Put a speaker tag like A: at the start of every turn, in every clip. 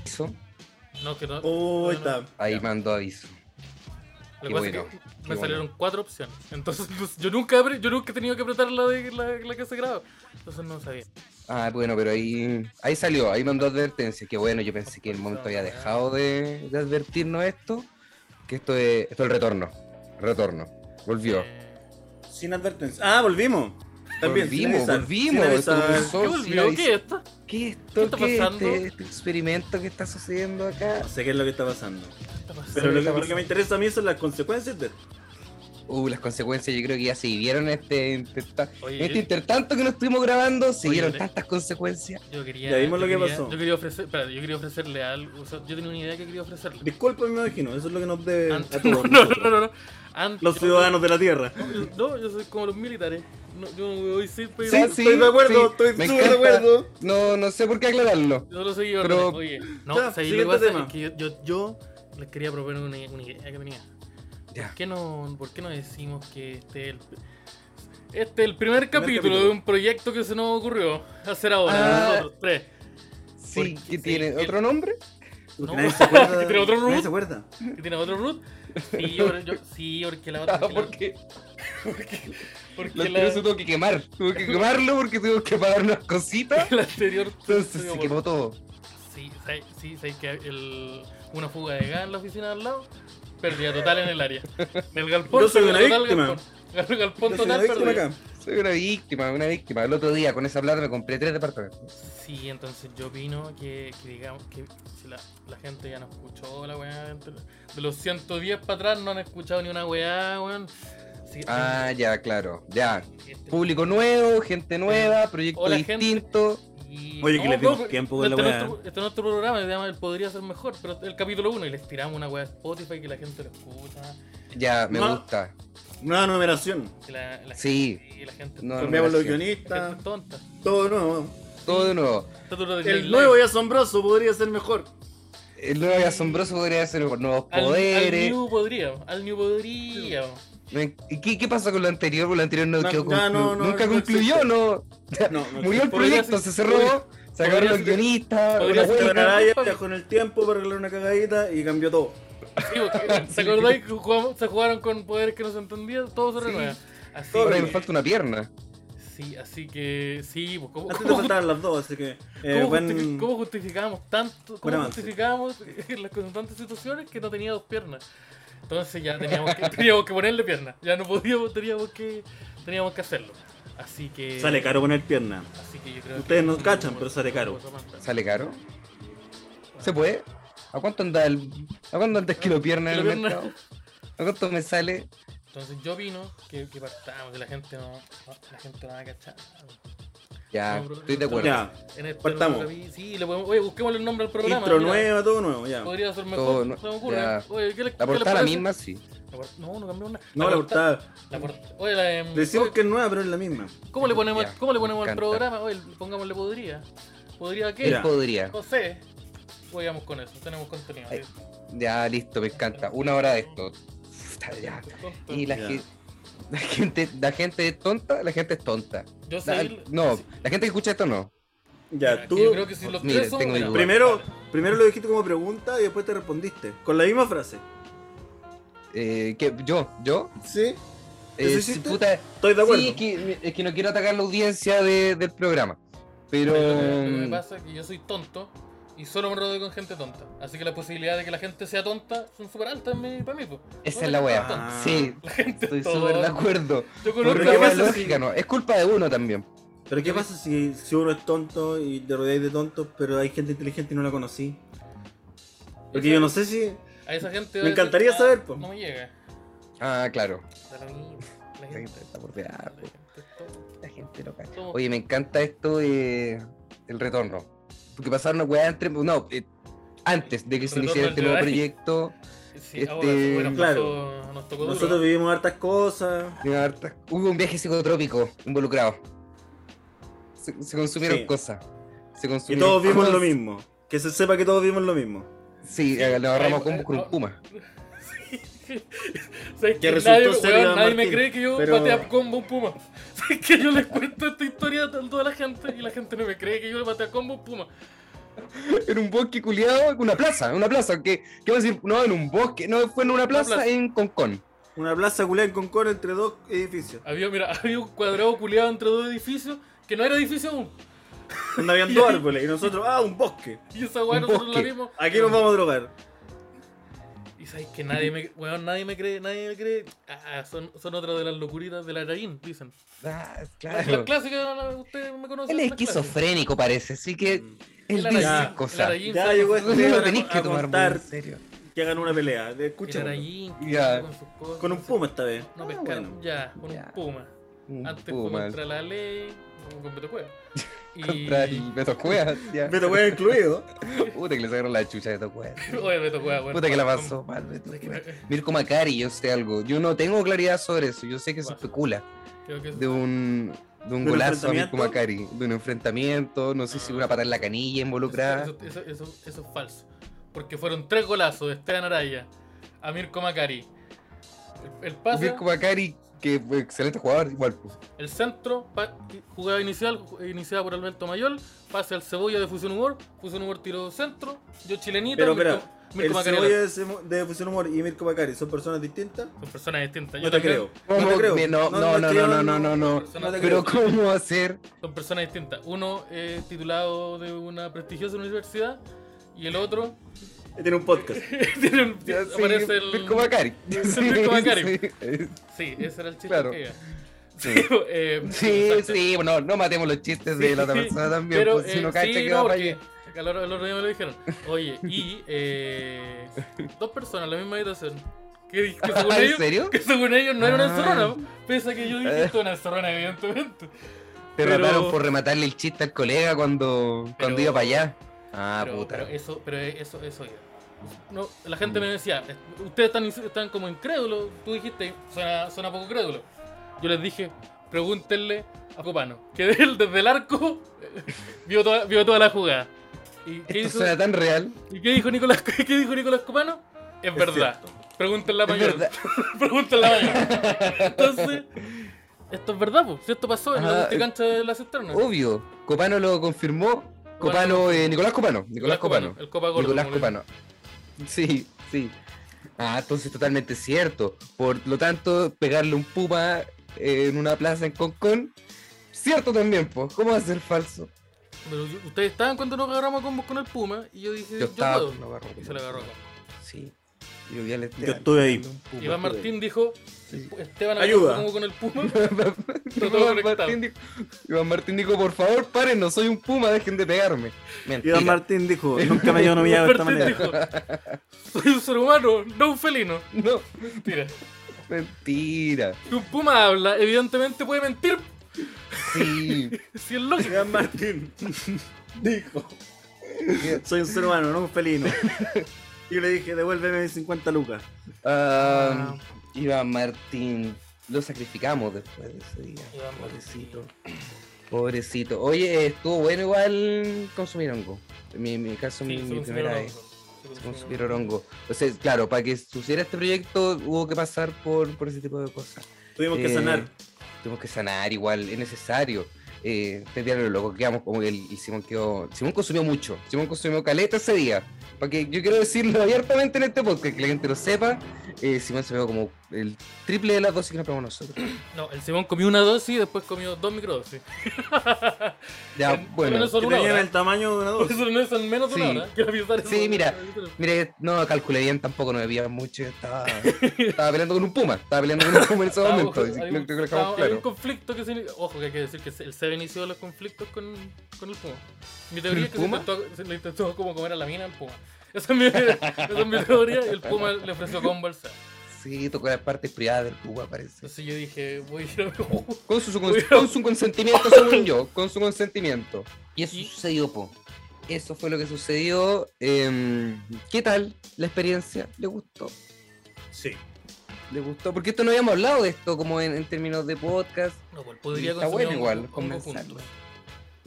A: Aviso,
B: No, que no.
C: Uy,
B: no, no.
C: está.
A: Ahí mandó aviso. Oh, Qué
B: Lo que pasa es
A: bueno,
B: que
A: qué
B: me salieron
A: bueno.
B: cuatro opciones. Entonces, pues, yo nunca, apre- yo nunca he tenido que apretar la, de, la, la que se graba. Entonces, no sabía.
A: Ah, bueno, pero ahí, ahí salió, ahí mandó advertencia. Que bueno, yo pensé que en el momento había dejado de, de advertirnos esto. Que esto es, esto es el retorno. Retorno. Volvió.
B: Eh,
C: Sin advertencia. Ah, volvimos. También, sin
A: volvimos,
C: avisar,
A: volvimos.
C: sin
A: Esto
C: avisar.
A: comenzó
B: ¿Qué
A: sin
B: volvió?
A: avisar.
B: ¿Qué es esto?
A: ¿Qué esto?
B: ¿Qué está
A: ¿Qué es
B: pasando?
A: este, este experimento que está sucediendo acá?
C: No sé qué es lo que está pasando.
B: ¿Qué pasa?
C: Pero lo
A: está
C: que, lo que me interesa a mí son las consecuencias de
A: Uh, las consecuencias yo creo que ya se vivieron este interta-
B: Oye,
A: este
B: yo-
A: intertanto que nos estuvimos grabando, se
B: Oye,
A: vieron
B: le-
A: tantas consecuencias.
B: Yo quería.
C: Ya vimos
B: yo
C: lo que
B: quería-
C: pasó.
B: Yo quería, ofrecer, espérate, yo quería ofrecerle algo. o sea, yo tenía una idea que quería ofrecerle.
C: Disculpa, me imagino. Eso es lo que nos debe a
B: Antes,
C: todos
B: Ah, no, no,
C: nosotros,
B: no, no, no. Antes-
C: "Ah, Los ciudadanos de la tierra.
B: No, yo- No, yo soy como los militares. No, yo hoy sí, pero.
A: Sí, sí,
C: estoy de acuerdo,
A: sí,
C: estoy
A: me
C: súper de
A: encanta.
C: acuerdo.
A: No, no sé por qué aclararlo.
B: Yo lo seguí órdenes,
A: Pero-
B: Oye, no,
C: Ya,
B: o sea, y
C: siguiente
B: lo que pasa
C: tema.
B: es que yo, yo, yo les quería proponer una, una idea que tenía.
A: Ya.
B: ¿Por qué, no, ¿Por qué no decimos que este es el, este es el primer capítulo,
C: capítulo.
B: de un proyecto que se nos ocurrió hacer ahora?
A: Ah.
B: Nosotros tres.
A: Sí,
B: Porque-
A: que
B: sí,
A: tiene
B: que-
A: otro nombre.
C: Porque
B: No.
C: nadie se acuerda.
B: Que tiene otro
C: nadie
B: root.
C: se acuerda.
B: ¿Que tiene otro root? Sí, ahora yo, sí, porque la otra.
A: Ah,
B: porque la-
A: porque
B: porque
A: lo
B: la,
A: anterior se tuvo que quemar. Tuvo que quemarlo porque tuvimos que pagar unas cositas.
B: la anterior.
A: Entonces
B: Sí,
A: se quemó todo.
B: Sí, sabes- sí, sabes que el, una fuga de gas en la oficina de al lado, pérdida total en el área. Del galpón,
C: Yo soy una
B: pérdida
C: víctima.
B: Galpón, galpón
C: Yo soy la
B: total,
C: víctima
B: pérdida.
C: acá.
A: Soy una víctima, una víctima. El otro día con esa plata me compré tres departamentos.
B: Sí, entonces yo opino que, que digamos que si la, la gente ya no escuchó la weá, entre- de los 110 para atrás no han escuchado ni una weá, weón. Así que-
A: Ah, ya, claro. Ya.
B: Este-
A: Público nuevo, gente nueva, proyecto
B: Hola, gente.
A: distinto.
B: y-
C: Oye, que le dimos
B: pero-
C: tiempo con
B: este
C: la
B: es
C: weá.
B: nuestro- Este es nuestro programa, se llama El Podría Ser Mejor, pero el capítulo 1 y les tiramos una weá a Spotify que la gente lo escucha.
A: Ya, me
C: No.
A: gusta.
C: Nueva numeración.
B: Que la, la
A: Sí.
B: gente- la gente
A: No,
B: tonta,
A: no,
C: Cambiamos los
A: numeración.
B: la
C: guionistas.
B: gente tonta.
C: Todo nuevo.
A: Todo de nuevo.
B: Esto tú lo tenías
C: El
B: live.
C: nuevo y asombroso podría ser mejor.
A: El nuevo y asombroso podría ser con nuevos
B: Al- Al
A: poderes.
B: New podría, al New podría.
A: Me- ¿Y ¿Qué, qué pasó con lo anterior? Porque lo anterior no,
C: No,
A: quedó
C: no, no,
A: conclu-
C: no,
A: nunca
C: no
A: concluyó,
C: existe.
A: no.
C: No, no
A: Murió el
C: existe.
B: Podría
A: proyecto,
B: ser-
A: se cerró, se acabaron
B: podría
A: los
B: ser-
A: guionistas.
B: podría
A: una
B: ser-
A: huelga.
C: Una canalla viajó en el tiempo para arreglar una cagadita y cambió todo.
B: Sí, porque, ¿Se acordáis que jugamos- se jugaron con poderes que no se entendían? Todo se
A: Sí.
B: renueva. Así,
C: Todo
A: Ahora
B: que-
A: me falta una pierna.
B: sí, así que sí, pues, ¿cómo,
C: Antes te
B: cómo-
C: faltaban las dos, así que. eh,
B: cómo
C: buen-
B: justifi- cómo justificábamos tanto,
C: buen
B: cómo
C: avance.
B: justificábamos las constantes situaciones que no tenía dos piernas? Entonces ya teníamos que, teníamos que ponerle piernas, ya no podíamos, teníamos que, teníamos que hacerlo. Así que...
C: Sale caro poner pierna.
B: Así que yo creo
C: Ustedes
B: que-
C: no cachan, pero sale caro.
A: ¿Sale caro? ¿Se puede? ¿A cuánto anda el. ¿A cuánto anda el kilo pierna en el
B: Kilopierna.
A: mercado? ¿A cuánto me sale?
B: Entonces yo opino que, que partamos, que la gente no, no- la gente no va a cachar.
A: Ya,
B: No, bro,
A: estoy de
B: no,
A: acuerdo.
C: Ya,
B: En este
C: Partamos.
B: nuevo capi- Sí, le podemos, oye, busquemos el nombre al programa.
C: intro
B: mira,
C: nueva, todo nuevo, ya.
B: Podría ser mejor.
A: Todo, no,
B: se me ocurre.
A: ya.
B: Oye, ¿qué
A: La
B: le, qué les
A: portada la
B: parece?
A: misma, sí.
B: La por- No, no cambió nada.
C: No, la portada.
B: La por- Oye, la, em,
C: Decimos
B: oye,
C: que es nueva, pero es la misma.
B: ¿Cómo le ponemos,
A: Ya,
B: cómo le ponemos
A: me
B: al
A: encanta.
B: programa? Oye, pongámosle podría. ¿Podría qué?
A: Él
C: Ya.
A: podría.
B: No sé. Vayamos con eso, tenemos contenido.
A: Ahí.
B: ¿sí?
A: Ya, listo, me encanta. Una hora de esto. Puta, Ya. Y la,
C: Ya.
A: ge- la gente, la gente es tonta, la gente es tonta.
B: Yo
A: La-
B: soy-
A: no, la gente que escucha esto no.
C: Ya, tú.
B: Yo creo que si los
A: Mire,
B: tres somos-
A: tengo mi
B: mira,
A: duda.
C: Primero, primero lo dijiste como pregunta y después te respondiste. Con la misma frase.
A: Eh, que yo, yo,
C: ¿Sí?
A: eh,
C: ¿Eso
A: sí,
C: hiciste?
A: puta,
C: Estoy de acuerdo.
A: sí, es que, es que no quiero atacar la audiencia de- del programa, pero mm,
B: Lo que- lo que me pasa es que yo soy tonto y solo me rodeo con gente tonta. Así que las posibilidades de que la gente sea tonta son súper altas en mi- para mí. po.
A: esa
B: No,
A: es la wea.
C: Ah.
A: sí, estoy súper de acuerdo.
B: Yo
A: Pero
B: conozco
C: Porque
A: es una
B: a
A: wea
C: pasa
B: varios-
C: si-
A: lógica, no, es culpa de uno también.
C: Pero ¿qué pasa si, si uno es tonto y te rodeáis de tontos, pero hay gente inteligente y no la conocí? Porque yo no sé si.
B: a esa gente.
C: Me
B: a veces
C: encantaría
B: ya
C: saber, po.
B: No me llega.
A: Ah, claro.
B: Da lo mismo. La
A: La
B: gente,
A: gente está por pegar,
B: la gente es tonta.
A: la gente loca.
B: Somos-
A: Oye, me encanta esto de el retorno. Porque pasaron una weá entre. No, eh, antes de que se
B: Retorno
A: iniciara
B: al
A: este nuevo
B: Jedi.
A: proyecto.
B: Sí,
A: este-
B: ahora, bueno,
C: Claro.
B: pasó- nos tocó duro.
C: Nosotros vivimos hartas cosas.
A: Tiene hartas- Hubo un viaje psicotrópico involucrado. Se, se consumieron
C: Sí.
A: cosas. Se
C: Y
A: consumieron
C: todos vimos
A: cosas.
C: lo mismo. Que se sepa que todos vimos lo mismo.
A: Sí,
B: Sí,
A: eh, nos agarramos
B: ahí-
A: combos con
B: ahí-
A: un puma.
B: ¿Sabes
C: Que
B: qué?
C: resultó
B: nadie,
C: ser
B: weón,
C: Iván
B: nadie me
C: Martín,
B: cree que yo
C: pero-
B: batea a combo un puma. ¿Sabes que yo les cuento esta historia a toda la gente y la gente no me cree que yo le batea a combo un puma?
A: En un bosque culiado, en una plaza, en una plaza. ¿Qué, qué va a decir? No, en un bosque, no, fue en una plaza,
B: plaza.
A: en Concón.
C: Una plaza culé en Concord entre dos edificios.
B: Había, mira, había un cuadrado culiado entre dos edificios que no era edificio aún.
C: Donde habían dos árboles y nosotros, ah, un bosque.
B: Y esa weá
A: Un
B: nosotros la
A: bosque.
B: vimos.
C: Aquí nos vamos a drogar.
B: Y sabes que nadie me, weón, nadie me cree, nadie me cree. Ah, son, son otras de las locuritas del Araín, dicen.
A: Ah,
B: Las
A: claro.
B: clásicas, la- ustedes me conocen.
A: Él es
B: las clásicas.
A: esquizofrénico, parece, así que
B: Mm.
A: él
B: El
A: dice
C: arañín,
B: el
A: cosas.
B: arañín.
C: Ya llegó
A: No
C: este
A: lo
C: día
A: tenéis que
C: a
A: tomar muy en
C: contar
A: serio.
C: que hagan una pelea. Escucha.
B: Era allí,
A: Ya.
B: con sus cosas,
C: Con un
B: se-
C: puma esta vez.
B: No
A: Ah,
B: pescaron,
A: bueno.
B: ya, con
A: Ya.
B: un puma.
A: Un
B: Antes fue
A: puma,
B: contra la ley, como con Beto Cueva. Y...
A: Contra el Beto Cuevas, ya.
C: Me te voy incluido.
A: Puta que le sacaron la chucha a Beto Cuevas.
B: Oye, Beto Cueva, bueno.
A: Puta que la
B: vamos,
A: pasó mal, Beto
B: Es que-
A: Cuevas. Mirko Macari, yo sé algo. Yo no tengo claridad sobre eso. Yo sé que se
B: Bueno.
A: especula
B: Creo que es-
A: de un, de un
C: un
A: golazo a Mirko
C: enfrentamiento?
A: Macari, de un enfrentamiento. No sé si una patada en la canilla involucrada.
B: Ah. Eso, eso- eso- eso- eso es falso. Porque fueron tres golazos de Esteban Araya a Mirko Macari. El, el pase,
A: Mirko Macari, que fue excelente jugador, igual. pues.
B: el centro, pa- jugada inicial, ju- iniciada por Alberto Mayor, pase al cebolla de Fusión Humor, Fusión Humor tiró centro, yo chilenito,
C: Pero,
B: Mirko,
C: espera,
B: Mirko
C: El
B: Macari.
C: cebolla de, Semo- de Fusión Humor y Mirko Macari son personas distintas.
B: Son personas distintas.
C: No
B: yo
C: te
B: también-
C: creo. No te
A: ¿Cómo
C: creo.
A: que No, no, no, no,
C: estoy
A: no,
C: hablando-
A: no, no, no.
B: Personas
C: No te
A: Pero
C: creo.
A: ¿cómo hacer?
B: Son personas distintas. Uno es titulado de una prestigiosa universidad y el otro
C: Tiene un podcast.
B: tiene un-
A: Ya, sí,
B: aparece el.
A: Mirko Macari. Sí,
B: Mirko Macari.
A: sí.
B: Sí, ese era el chiste
A: Claro.
B: que iba.
A: Sí.
B: eh,
A: Sí,
B: exacto.
A: sí, bueno, no matemos los chistes de la otra persona también.
B: Pero,
A: pues, si
B: eh,
A: no cacha
B: sí,
A: que
B: no,
A: va para
B: porque
A: allá.
B: al otro- el otro día me lo dijeron. Oye, y eh, dos personas en la misma habitación. Que, que según
A: Ah, ¿En
B: ellos,
A: serio?
B: que según ellos no era una
A: Ah. Eh.
B: encerrona. Pese a que yo dije esto era una encerrona, evidentemente.
A: Te
B: Pero-
A: rataron por rematarle el chiste al colega cuando, cuando
B: Pero-
A: iba para allá. Ah,
B: pero, eh,
A: puta.
B: pero eso, pero eso, eso iba. No, la gente me decía, "Eh, ustedes están, están como incrédulos, tú dijiste, suena, suena poco crédulo. Yo les dije, pregúntenle a Copano, que de él desde el arco eh, vio, toda, vio toda la jugada. ¿Y qué,
A: Esto
B: hizo-
A: suena tan real.
B: y qué dijo, Nicolás, qué dijo Nicolás Copano? Es, verdad.
C: cierto.
B: Pregúntenle a
A: Es
B: Mayor.
A: verdad.
B: Pregúntenle a Mayor. Entonces, esto es verdad, po. si esto pasó en
A: Ajá,
B: la multi
A: eh,
B: cancha de la cisterna.
A: Obvio. Copano lo confirmó. Copano, eh, Nicolás Copano. Nicolás Copano.
B: El Copa Gordo.
A: Nicolás
B: como le-
A: Copano. Sí, sí. Ah, entonces totalmente cierto. Por lo tanto, pegarle un puma eh, en una plaza en Concón, cierto también, pues. ¿Cómo va a ser falso?
B: Pero ustedes estaban cuando nos agarramos a combos con el Puma y yo dije, yo,
A: Yo estaba.
B: puedo.
A: no, agarró.
B: Y se lo agarró a combos.
A: Sí. Yo vi al Esteban.
C: Yo estuve ahí.
A: Un puma.
B: Iván Martín dijo,
A: Sí.
B: Esteban
C: Ayuda.
B: como con el Puma. todo
A: Iván,
B: conectado.
A: Martín dijo, Iván Martín dijo, por favor, paren, no soy un puma, dejen de pegarme. Mentira.
C: Iván Martín dijo, nunca me había humillado de esta
B: Martín
C: manera.
B: dijo, soy un ser humano, no un felino.
A: No,
B: Mentira.
A: mentira.
B: Si un Puma habla, evidentemente puede mentir.
A: Sí.
B: Si es lógico.
C: Iván Martín dijo, soy un ser humano, no un felino. Y yo le dije, devuélveme mis 50 lucas.
A: Ah, Iván Martín, lo sacrificamos después de ese día.
B: Iván Martín.
A: Pobrecito. Pobrecito. Oye, eh, estuvo bueno igual consumir hongo. En mi, mi caso, mi, mi primera E. vez. Consumir hongo. Entonces, claro, para que sucediera este proyecto hubo que pasar por, por ese tipo de cosas.
C: Tuvimos que
A: Eh,
C: sanar.
A: Tuvimos que sanar igual, es necesario. Eh, este día lo loco quedamos como que el, el Simón quedó. Simón consumió mucho. Simón consumió caleta ese día. Porque yo quiero decirlo abiertamente en este podcast, que la gente lo sepa. eh, Simón se pegó como el triple de las dosis que nos pegamos nosotros.
B: No, el Simón comió una dosis y después comió dos microdosis.
A: Ya,
B: En-
A: Ah, bueno.
B: en una
C: Que
B: sola- una
C: tenían
B: hora.
C: el tamaño de una
B: Por
C: dos.
B: eso no es en menos de una
A: Sí.
B: hora. ¿eh? Quiero avisar eso.
A: Sí, mira. Mire, no calculé bien, tampoco no bebía mucho. Estaba, estaba peleando con un puma. Estaba peleando con un puma en ese
B: Estaba-
A: momento.
B: Ah, hay
A: y
B: un-
A: creo- creo que lo dejamos
B: estaba- hay
A: claro.
B: un conflicto que se ini- Ojo, que hay que decir que se- el Seba inició los conflictos con, con el Puma. Mi teoría
A: el
B: es que
A: Puma?
B: Se, intentó, se le intentó como comer a la mina al Puma. Esa es mi, esa es mi teoría. El Puma le ofreció combo al Seba.
A: Sí, tocó las partes privadas del puma, parece.
B: Entonces yo dije, voy a ir a ver.
A: Con su, con,
B: Cuidado.
A: con su consentimiento, según yo, con su consentimiento. Y eso
B: Y-
A: sucedió, po. Eso fue lo que sucedió. Em, ¿Qué tal la experiencia? ¿Le gustó?
C: Sí.
A: ¿Le gustó? Porque esto no habíamos hablado de esto como en, en términos de podcast.
B: No, pues podría
A: Está
B: consumir
A: bueno
B: hongo-
A: igual
B: hongo
A: conversarlo.
B: juntos.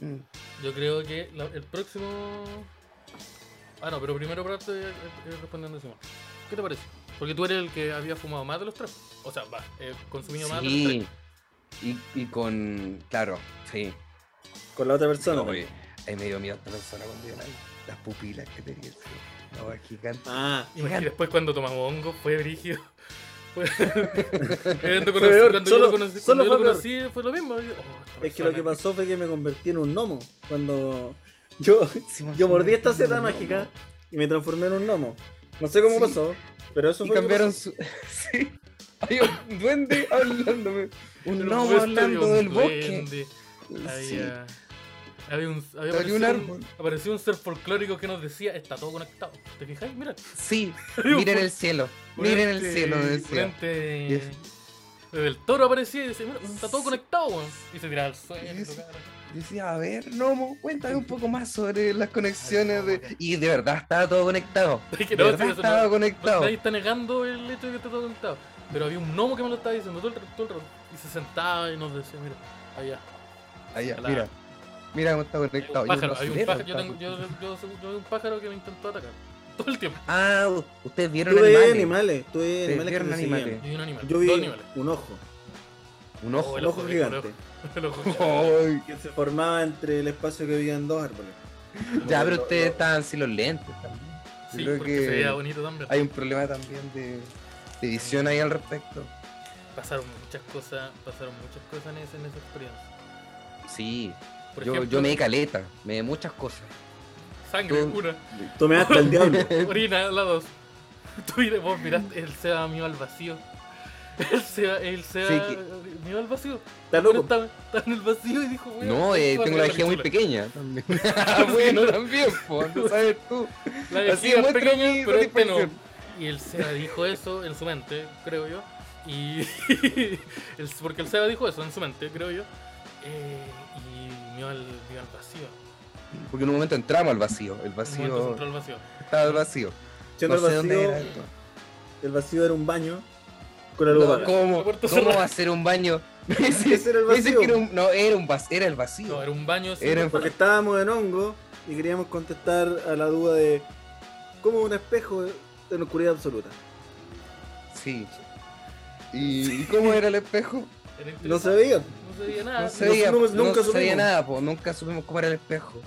A: Mm.
B: Yo creo que la- el próximo. Ah, no, pero primero parte eh, eh, respondiendo a Simón. ¿Qué te parece? Porque tú eres el que había fumado más de los tres. O sea, va, eh, consumido más de los tres.
A: Sí. Y, y con. Claro, sí.
C: Con la otra persona.
A: Oye, ahí me dio miedo esta persona cuando yo la vi. Las pupilas que tenía. sí. No, es gigante.
C: Ah,
B: Y imagínate, después cuando tomamos hongo fue brígido. Fue... cuando
C: Fue
B: conocí-
C: peor,
B: cuando
C: solo-
B: yo lo conocí, cuando
C: solo
B: yo lo
C: fue peor.
B: conocí fue lo mismo. Yo, oh, esta
C: es que lo
B: persona.
C: que pasó fue que me convertí en un gnomo. Cuando yo, yo mordí esta seta mágica y me transformé en un gnomo. No sé cómo
A: Sí.
C: pasó, pero eso
A: Y
C: fue. lo que
A: cambiaron
C: pasó.
A: su. Sí. Hay un duende hablándome. Un
B: Era
A: gnomo
B: bestia,
A: hablando
B: había un
A: del bosque.
B: duende,
A: Sí.
B: Había, había un, había
A: Había
B: aparecido
A: un
B: un
A: árbol.
B: apareció un ser folclórico que nos decía, está todo conectado. ¿Te fijáis? Mira.
A: Sí,
B: había un-
A: miren el cielo.
B: un
A: Miren el
B: ente-
A: cielo, decía.
B: Un ente...
A: Y es-
B: Desde el toro aparecía y decía, mira, está todo conectado, weón. Y se tiraba al suelo.
A: Y es-
B: cara.
A: Decía, a ver, Nomo, cuéntame un poco más sobre las conexiones de... Y de verdad estaba todo conectado.
B: Es que
A: De
B: no,
A: verdad
B: sí, eso no-
A: estaba
B: No,
A: conectado.
B: Nadie está negando el hecho de que está todo conectado. Pero había un gnomo que me lo estaba diciendo todo el, todo el rato. Y se sentaba y nos decía, mira, allá.
A: Allá,
B: Hola.
A: mira. Mira cómo está
B: Hay un
A: conectado. Y
B: pájaro, hay
A: basurero
B: un pájaro. Yo,
A: está-
B: tengo, yo, yo, yo veo un pájaro que me intentó atacar. Todo el tiempo.
A: Ah, u- ustedes vieron
C: Tuve
A: animales.
C: animales, tuve
A: Ustedes
C: animales que
A: vieron
C: me
A: animales.
C: seguían.
B: Yo vi un animal.
C: Yo
B: Dos
C: vi
B: animales.
C: un ojo,
A: Un ojo.
B: Oh,
C: un ojo
B: de-
C: gigante,
B: el ojo gigante.
A: Ay,
C: que se formaba entre el espacio que vivían dos árboles.
A: ya,
C: Lo-
A: pero
C: lo-
A: ustedes
C: lo-
A: estaban sin los lentes también.
B: Sí,
A: Creo
B: porque
A: que-
B: se veía bonito también.
A: Hay un problema también de, de visión ahí al respecto.
B: Pasaron muchas cosas, pasaron muchas cosas en, ese- en esa experiencia.
A: Sí,
B: Por
A: yo,
B: ejemplo,
A: yo me di caleta, me di muchas cosas.
B: sangre,
A: tú- eh,
B: una,
C: Tomé hasta el diablo.
B: orina, la dos. Tú mira, vos miraste, él se va mío al vacío. Él se va, él se va
A: Sí, que-
B: mío al vacío.
C: Está loco.
B: Estaba, estaba en el vacío y dijo, "Weón,
A: No, eh,
B: voy a
A: tengo la
B: arreglar
A: vejiga muy
B: pichula".
A: pequeña también. Ah, bueno, también, pues, no sabes tú.
B: La
A: Así
B: vejiga es
A: demuestra
B: pequeña,
A: mi
B: pero este no.
A: satisfacción.
B: Y el Seba dijo eso en su mente, creo yo. Y. el- porque el Seba dijo eso en su mente, creo yo. Eh, y vio al, vio al vacío.
A: Porque en un momento entramos al vacío, el
B: En un momento se
A: vacío
B: entró al vacío.
A: estaba el vacío.
C: Siendo
A: No sé
C: el
A: dónde era
C: vacío,
A: esto.
C: el vacío era un baño con la luz
A: No,
C: apagada.
A: ¿Cómo,
B: La puerta
A: ¿Cómo
B: cerrada.
A: va a ser un baño? Me dice-
C: Ese era el
A: me dice
C: vacío.
A: que era un- no, era, un vac- era el vacío.
B: No, era un baño. sin
A: Era-
B: puerta.
C: Porque estábamos en hongo y queríamos contestar a la duda de cómo un espejo en oscuridad absoluta.
A: Sí. ¿Y, y cómo era el espejo?
B: Era
C: No se
B: interesante.
C: veía.
B: No se veía nada.
A: No se veía,
C: nunca
A: no se
C: supimos.
A: veía nada, po, nunca supimos cómo era el espejo.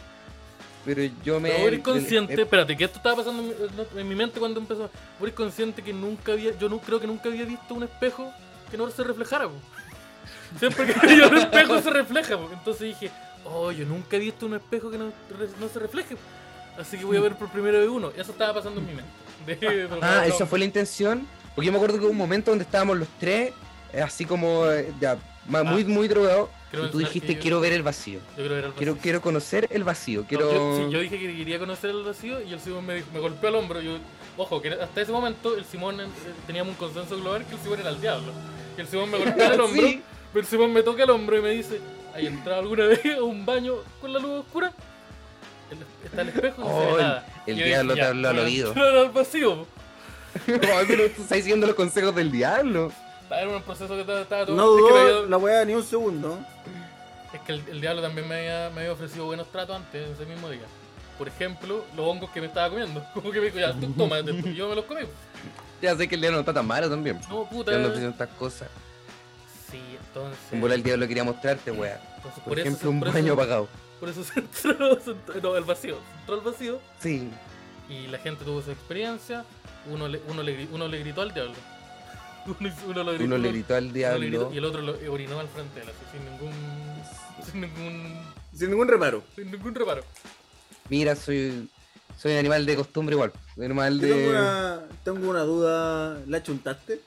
A: Pero yo me. eh,
B: Pero vos eres consciente,
A: el- el-
B: espérate, que esto estaba pasando en mi, en mi mente cuando empezó. Vos eres consciente que nunca había, yo no creo que nunca había visto un espejo que no se reflejara. po. Siempre que veía un espejo se refleja. po. Entonces dije, oh, yo nunca he visto un espejo que no, re- no se refleje. Así que voy a ver por primera vez uno. Eso estaba pasando en mi mente. De-
A: Ah,
B: no,
A: esa
B: no.
A: fue la intención. Porque yo me acuerdo que hubo un momento donde estábamos los tres, eh, así como eh, ya, ma-
B: Ah,
A: muy, muy drogados,
B: Quiero
A: y tú
B: mencionar que
A: dijiste:
B: yo-
A: Quiero ver el vacío.
B: Yo quiero ver al
A: Quiero,
B: vacío.
A: quiero conocer el vacío.
B: No,
A: Quiero.
B: yo, sí, yo dije que quería conocer el vacío y el Simón me, dijo- me golpeó el hombro. Yo, ojo, que hasta ese momento el Simón eh, teníamos un consenso global que el Simón era el diablo. Y el Simón me golpea el hombro,
A: Ah, Sí.
B: pero el Simón me toca el hombro y me dice, ¿hay entrado alguna vez a un baño con la luz oscura? El- está el espejo y no se
A: Oh,
B: ve
A: el-
B: nada.
A: el
B: Y yo
A: diablo te
B: "Ya,
A: habló al
B: voy a
A: oído".
B: entrar al vacío.
A: Ay, pero tú estás siguiendo los consejos del diablo.
B: Era un proceso que estaba, estaba todo...
C: No
B: es, que me
C: dudó
B: había-
C: la weá ni un segundo.
B: es que el, el diablo también me había, me había ofrecido buenos tratos antes, ese mismo día. Por ejemplo, los hongos que me estaba comiendo. Como que me dijo, ya, tú toma, y yo me los comí.
A: Ya sé que el diablo no está tan malo también.
B: No, puta.
A: Ya no ofreciendo estas cosas.
B: Sí, entonces.
A: Un bola el diablo quería mostrarte, wea.
B: entonces,
A: Por,
B: eso
A: ejemplo,
B: se-
A: un
B: por
A: baño
B: eso-
A: apagado.
B: Por eso se entró, se entró- No, el vacío. Se entró al vacío
A: Sí.
B: y la gente tuvo su experiencia. Uno le, uno le, gri- uno le gritó al diablo. Uno, uno lo gritó,
A: Uno le gritó al
B: uno le gritó
A: diablo.
B: y el otro lo orinó al frente de él, así, sin ningún. Sin ningún.
C: Sin ningún reparo.
B: Sin ningún reparo.
A: Mira, soy, soy un animal de costumbre igual. Un animal
C: Yo Tengo,
A: de.
C: una, tengo una duda. ¿La chuntaste?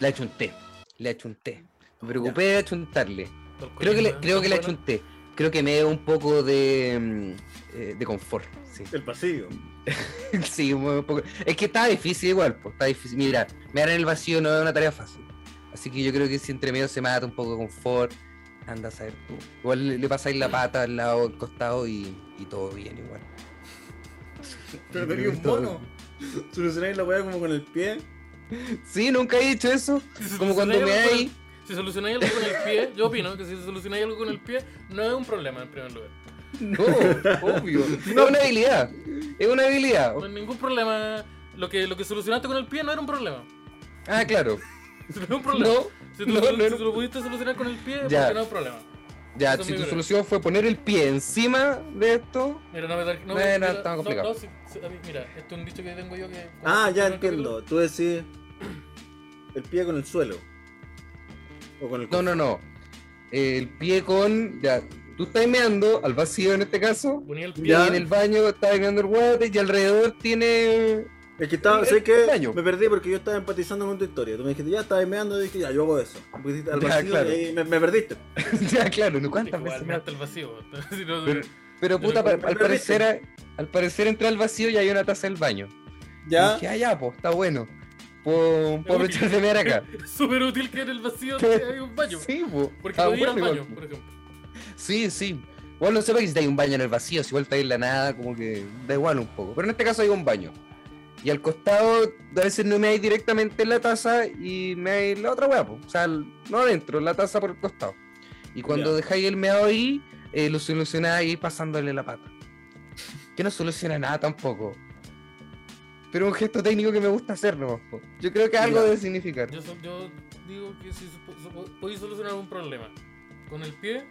A: La achunté. Le achunté. Me preocupé de achuntarle.
B: Los
A: Creo que le,
B: coreanos
A: creo
B: son
A: que le
B: buenos.
A: achunté. Creo que me dio un poco de. mm, eh, de confort. Sí.
C: El pasillo.
A: Sí, un poco. Es que está difícil igual, pues está difícil. Mira, mirar en el vacío no es una tarea fácil. Así que yo creo que si entre medio se mata un poco de confort, anda a saber tú. Igual le, le pasáis la pata al lado, al costado y, y todo bien igual.
C: Pero
A: Yo creo
C: tenía un
A: que todo
C: mono. Solucionáis la weá como con el pie.
A: bien. Sí, nunca he dicho eso.
B: Si
A: Como cuando me
B: solucionáis algo con
A: hay.
B: el- Si solucionáis algo con el pie, yo opino que si solucionáis algo con el pie, no es un problema en primer lugar.
A: No, obvio. No es una habilidad. Es una habilidad.
B: No hay ningún problema. Lo que, lo que solucionaste con el pie no era un problema.
A: Ah, claro.
B: Eso no es un problema.
A: No,
B: si tú,
A: no,
B: si
A: no,
B: tú lo pudiste solucionar con el pie,
A: Ya.
B: porque no es un problema.
A: Ya,
B: Eso es
A: si
B: muy
A: tu
B: breve.
A: solución fue poner el pie encima de esto,
B: Mira, no me da. No,
A: Bueno,
B: mira,
A: está
B: no,
A: complicado.
B: no, si- si- a mí- mira, esto es un dicho que tengo yo que.
C: Ah, ya
B: en el
C: entiendo. Tú decís el pie con el suelo. O con el
A: no, no, no. El pie con. Ya, tú estás meando al vacío en este caso.
B: capítulo, Ponía el pie.
A: Y en el baño estás meando el guate y alrededor tiene.
C: Es que estaba,
A: El-
C: sé
A: el
C: que
A: baño.
C: me perdí porque yo estaba empatizando con tu historia. Tú me dijiste, ya estaba meando y dije, ya, yo hago eso. Me pusiste al
A: Ya,
C: vacío
A: claro.
C: y ahí me, me perdiste.
A: ya, claro, ¿no? ¿cuántas
B: Igual,
A: veces
B: me
A: me
B: hasta el vacío. si no-
A: Pero- Pero puta,
B: Pero-
A: pa- al
C: pero
A: parecer, al parecer entré al vacío y hay una taza del baño. Y
C: Ya,
A: dije, ah, ya, pues, está bueno. Puedo, puedo aprovechar de mear acá.
B: Es súper útil que en el vacío
A: ¿Qué?
B: hay un baño.
A: Sí, pues.
B: Porque podía ir al baño, por ejemplo.
A: Sí, sí. Igual no sepa que si hay un baño en el vacío, si igual está ahí en la nada, como que da igual un poco. Pero en este caso hay un baño. Y al costado, a veces no me hay directamente en la taza y me hay la otra hueá, po. o sea, el- no adentro, la taza por el costado. Y cuando
C: Ya.
A: dejáis el meado ahí, eh, lo solucionáis pasándole la pata. Que no soluciona nada tampoco. Pero un gesto técnico que me gusta hacer nomás, po. Yo creo que algo
C: Ya.
A: debe significar.
B: Yo, so- yo digo que si supo- supo- podéis solucionar un problema con el pie,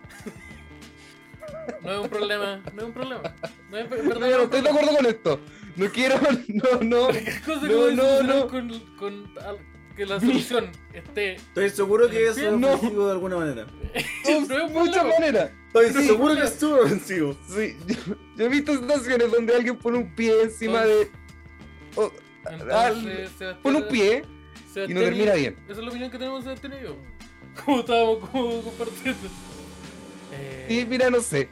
B: no es un problema. No es un problema. No es, en verdad,
A: No,
B: no
A: yo
B: es
A: no
B: un
A: estoy de
B: problema.
A: acuerdo con esto. No quiero, no, no.
B: Cosa que
A: No,
B: podéis
A: no,
B: solucionar
A: no.
B: Con, con al- que la solución esté.
C: estoy seguro que eso es
A: No.
C: ofensivo de alguna manera.
B: No es
A: muchas
B: un problema.
A: maneras.
C: Estoy
A: Sí.
C: seguro que es súper ofensivo.
A: Sí, yo, yo he visto situaciones donde alguien pone un pie encima de. o-
B: Entonces, Sebastián-
A: pone un pie y no
B: Sebastián
A: termina bien.
B: Esa es la opinión que tenemos de Sebastián y yo. Como estábamos como compartiendo. Eh,
A: Y mira, no sé.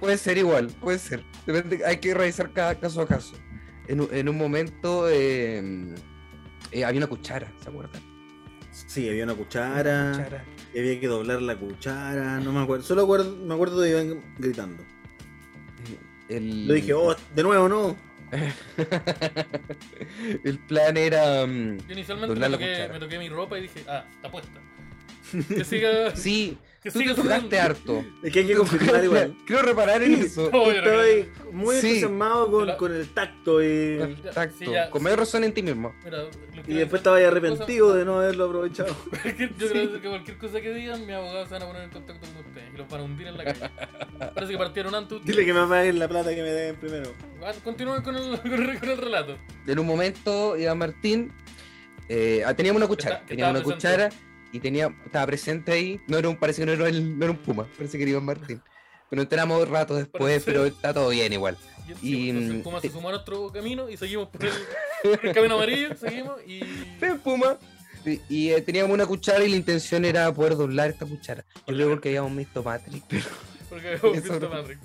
A: Puede ser igual, puede ser. Depende- hay que revisar cada caso a caso. En, un- en un momento eh, eh, había una cuchara, ¿se acuerdan?
C: Sí, había una cuchara,
A: Cuchara.
C: y había que doblar la cuchara, no me acuerdo. Solo acuerdo- me acuerdo de Iván gritando.
A: El,
C: Yo dije, oh, de nuevo no.
A: el plan era. mm,
B: Yo inicialmente
A: Doblar
B: me
A: la
B: toqué,
A: cuchara.
B: me toqué mi ropa y dije, ah, está puesta. Que siga.
A: Sí,
B: que
A: tú
B: siga
A: te tocaste harto.
C: Es que hay que confirmar igual.
A: Quiero reparar en
C: Sí.
A: eso.
B: No, yo no creo.
C: Estoy muy
A: Sí.
C: entusiasmado con, con el tacto y,
B: Ya,
A: Exacto.
B: sí, ya.
A: Con mayor razón en ti mismo.
B: Mira, lo que-
C: y después estaba arrepentido de no haberlo aprovechado.
B: cualquier- Yo creo que cualquier cosa que digan, mis abogados se van a poner en contacto con ustedes y los van a hundir en la calle. Parece que partieron antes. ustedes.
C: Dile que me paguen la plata que me deben primero.
B: Ah, Continúen con el, con el, con el relato.
A: en un momento Iván Martín eh, ah, teníamos una
B: Está-
A: cuchara
B: que
A: teníamos una
B: estaba
A: cuchara y tenía estaba presente ahí no era un parece que no era, el- no era un puma parece que era Iván Martín pero entramos rato después
B: Parece.
A: pero está todo bien igual
B: Y, el-
A: Y,
B: entonces,
A: mm,
B: Puma
A: eh,
B: se sumó a nuestro camino y seguimos por el, por el camino amarillo, seguimos y.
A: Ven, puma y, y, eh, teníamos una cuchara y la intención era poder doblar esta cuchara yo creo porque habíamos visto Matrix pero
B: Porque habíamos
A: Eso
B: visto
A: no-
B: Matrix.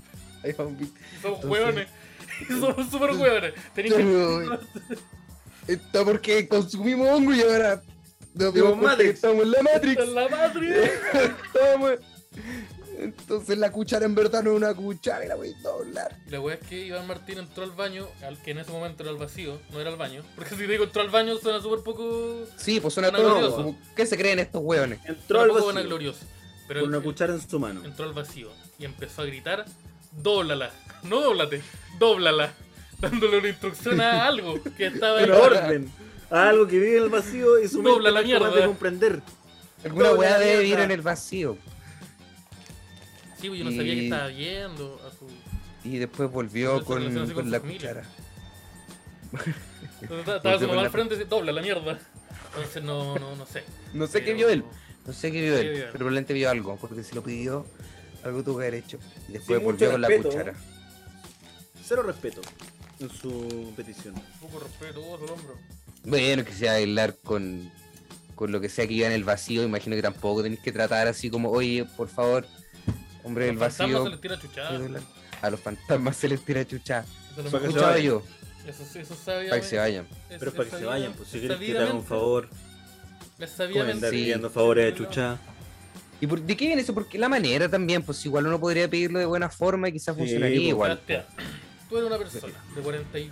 A: habíamos visto
B: Somos
A: Entonces-
B: hueones. Somos super hueones. Tenéis que
A: Pero, eh, esto porque consumimos hongo y ahora nos dimos
C: Digo,
A: cuenta que
C: Matrix.
A: estamos en la Matrix
B: en la patria.
A: Estamos- Entonces la cuchara en verdad no es una cuchara, la voy a doblar.
B: La wea es que Iván Martín entró al baño, al que en ese momento era al vacío, no era al baño. Porque si te digo entró al baño suena súper poco.
A: Sí, pues suena
B: Suena
A: todo.
B: glorioso.
A: como, ¿Qué se creen estos hueones?
C: Entró
B: suena
C: al
B: poco
C: vacío
B: vanaglorioso. Pero
C: con una
B: él- él
C: cuchara en su mano.
B: entró al vacío y empezó a gritar: ¡Dóblala! No dóblate, dóblala. Dándole una instrucción a algo que estaba
C: Una orden. A algo que vive en el vacío y su mente
B: Dobla la
C: no es capaz
B: mierda.
C: de comprender.
A: Alguna
C: Toda
A: hueá
C: la
A: debe
C: mierda.
A: ir en el vacío.
B: Sí, pues yo no sabía que
A: Y-
B: estaba viendo a su.
A: Y después
B: Pero
A: volvió
B: se
A: con,
B: relaciona así con
A: con la
B: su familia.
A: cuchara.
B: Entonces, Estaba su
A: con la-
B: mamá al frente y decía, dobla la mierda. Entonces no, no, no sé.
A: No sé qué
B: Pero-
A: vio él, no sé qué vio
B: Sí,
A: él,
B: vio.
A: pero probablemente vio algo, porque si lo pidió, algo tuvo que haber hecho. Y después
C: Sin
A: volvió
C: mucho
A: con la
C: respeto,
A: cuchara.
C: Cero respeto en su petición.
B: Un poco respetuoso el hombro.
A: Bueno, que sea bailar con, con lo que sea que iba en el vacío, imagino que tampoco tenéis que tratar así como, oye, por favor, hombre del
B: Los fantasmas
A: vacío.
B: se les tira chuchada.
A: Medular. A los fantasmas se les tira chucha.
B: Eso lo
C: Para que se
A: Escuchaba
C: vayan.
A: yo,
B: Eso, sí, eso sabía.
A: para que se vayan.
C: Pero es para que se vayan, pues si quieres que te haga
B: hagan
C: un favor,
B: Les
C: como
B: sabía
C: andar
A: Sí.
C: pidiendo favores de chucha.
A: ¿Y por, de qué viene eso? Porque la manera también, pues igual uno podría pedirlo de buena forma y quizás
C: Sí,
A: funcionaría
C: pues.
A: igual.
B: Tú eres una persona de 46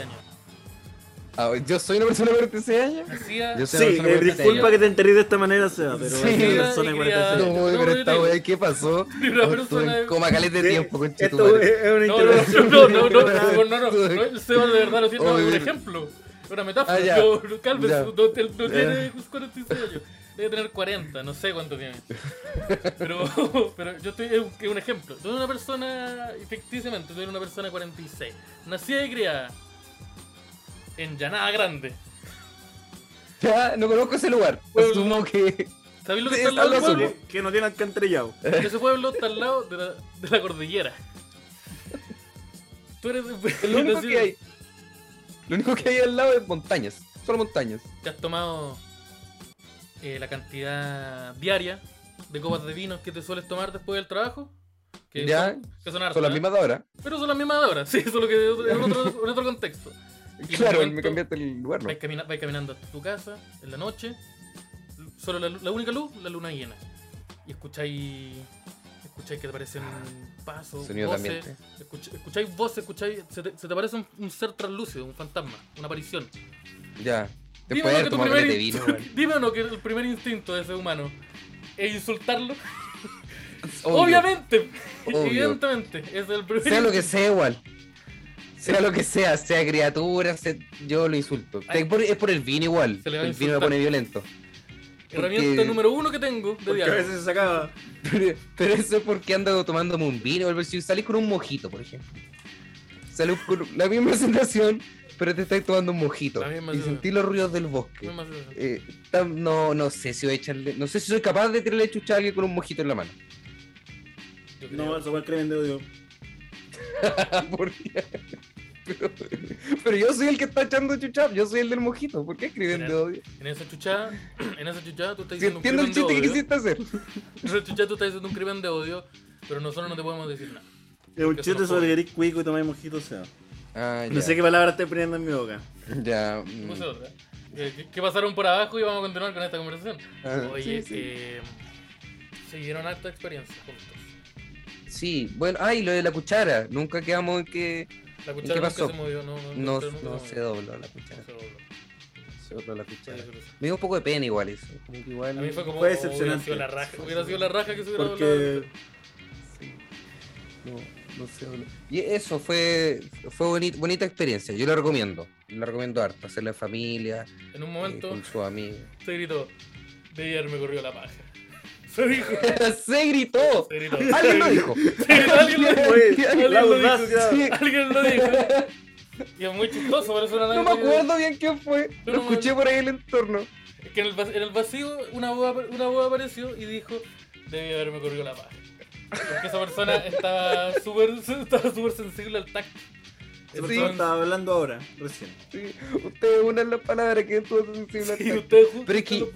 B: años.
A: Ah, yo soy una persona de 46 años.
B: Nacía.
A: Yo
C: Sí,
A: soy una persona
C: eh,
A: de 46
C: disculpa
A: años.
C: que te enteré de esta manera, Seba, pero
A: Sí.
C: es una
A: Sí,
C: persona de
B: y
C: 46.
B: quería-
A: No,
B: No,
A: pero
B: pero
A: esta
B: yo-
A: wea, ¿qué pasó?
B: Ni una
A: Estuve
B: persona
A: en
B: de-
A: coma caleta de tiempo, con
C: Esto es una
B: No, no,
C: intervención.
B: no, no, no, no, no, no, no, no, el Seba de verdad lo tiene, no, es un
A: Oye.
B: ejemplo. Una metáfora.
A: Oh, Ah, ya.
B: Yo, Calves
A: Ya.
B: no, no tiene 46 años. Debe tener 40, no sé cuánto tiene. Pero, pero yo estoy, es un, es un ejemplo. Tú eres una persona, y ficticiamente, tú eres una persona de 46. Nacida y criada en Llanada Grande.
A: Ya, no conozco ese lugar.
B: Pueblo.
A: Asumo que.
B: ¿Sabéis lo que
A: Sí,
B: está al lado
A: habla
B: del
A: solo.
B: pueblo?
C: Que no tiene alcantarillado.
B: Ese pueblo está al lado de la, de la cordillera. Tú eres
A: Lo único que hay. Lo único que hay al lado es montañas. Solo montañas.
B: te has tomado eh, la cantidad diaria de copas de vino que te sueles tomar después del trabajo. Que
A: Ya,
B: son, que son hartas,
A: Son las
B: ¿eh?
A: mismas de ahora.
B: Pero son las mismas de ahora, sí, solo que en otro, en otro- en otro contexto. Y en
A: Claro,
B: un
A: me
B: momento
A: cambiaste el lugar, ¿no?
B: Vais, camina- vais caminando hasta tu casa en la noche, solo la, lu- la única luz, la luna llena. Y escucháis, escucháis que te aparecen pasos,
A: Sonido de
B: voces,
A: ambiente.
B: escuch- escucháis voces, escucháis, se te, se te aparece un, un ser translúcido, un fantasma, una aparición.
A: Ya. Después de
B: Dime o no
A: haber
B: que tu
A: tomado
B: primer
A: caleta de
B: inst-
A: vino, weón.
B: Dime o no que el primer instinto de ese humano es insultarlo.
A: Obvio.
B: Obviamente,
A: Obvio.
B: evidentemente, es el primer
A: Sea lo que sea, igual. Sea lo que sea, sea criatura, sea- yo lo insulto.
B: Ay.
A: Es por, es por el vino igual.
B: Se le va a
A: el vino me
B: insultar.
A: pone violento.
B: herramienta
A: porque-
B: número uno que tengo de
C: Porque a
B: diálogo.
C: veces se sacaba.
A: Pero, pero eso es porque ando tomándome un vino. pero Si salís con un mojito, por ejemplo. Salís con la misma sensación, pero te estáis tomando un mojito.
B: La misma
A: Y
B: sensación.
A: sentís los ruidos del bosque.
B: No más eso.
A: Eh, tam- no, no sé si voy a echarle. No sé si soy capaz de tirarle chucha a alguien con un mojito en la mano.
B: Yo creo.
C: No, eso fue el crimen de odio.
A: ¿Por qué? Pero, pero yo soy el que está echando chucha. Yo soy el del mojito. ¿Por qué escriben de
B: Mira.
A: odio?
B: En esa chuchada, en esa chuchada tú estás
A: Si
B: diciendo un
A: entiendo el
B: crimen de
A: chiste que
B: odio.
A: quisiste hacer.
B: En esa chuchada tú estás diciendo un crimen de odio, pero nosotros no te podemos decir nada.
C: Es un
B: Que
C: chiste
B: son
C: sobre que eres cuico y tomáis mojito, o sea.
A: Ah, ya.
C: No sé qué palabra estoy poniendo en mi boca.
A: Ya.
B: Te
A: mm.
B: puse otra. Eh, ¿Qué, qué pasaron por abajo? Y vamos a continuar con esta conversación.
A: Ah,
B: Oye,
A: sí, sí.
B: eh, se dieron harta experiencia juntos.
A: Sí, bueno, ay, lo de la cuchara. Nunca quedamos en que
B: La
A: qué
B: cuchara nunca
A: pasó?
B: se movió, no, no,
A: no,
B: nunca-
A: no
B: nunca
A: se dobló la cuchara.
B: No se dobló.
A: Se dobló la
B: Sí,
A: cuchara.
B: yo creo que sí.
A: Me dio un poco de pena igual eso. Como que igual.
B: A mí fue como
C: Fue
B: oh, hubiera
C: decepcionante.
B: sido la raja, hubiera sido la raja que se hubiera doblado.
C: Porque.
A: Sí. No, no se dobló. Y eso fue, fue boni- bonita experiencia. Yo la recomiendo. La recomiendo harto. Hacerla en familia, eh,
B: En un momento
A: con sus amigos.
B: se gritó, de ayer me corrió la paja. Se dijo,
A: ¡Se gritó!
B: se gritó.
A: Alguien lo dijo.
B: alguien lo dijo.
C: Oye, la audacia.
A: Sí.
B: Alguien lo dijo. Y es muy chistoso, pero suena
A: No me acuerdo bien quién fue.
B: No,
A: Lo
B: no,
A: escuché por ahí en el entorno.
B: Es que en el, vac- en el vacío una voz, ap- una voz apareció y dijo, debí haberme corrido la paja. Porque esa persona estaba súper estaba súper sensible al tacto.
C: Esa persona estaba hablando ahora, recién.
A: Sí, ustedes unan las palabras que estuvo sensible al
B: y
A: tacto.
B: ustedes
A: Pero es que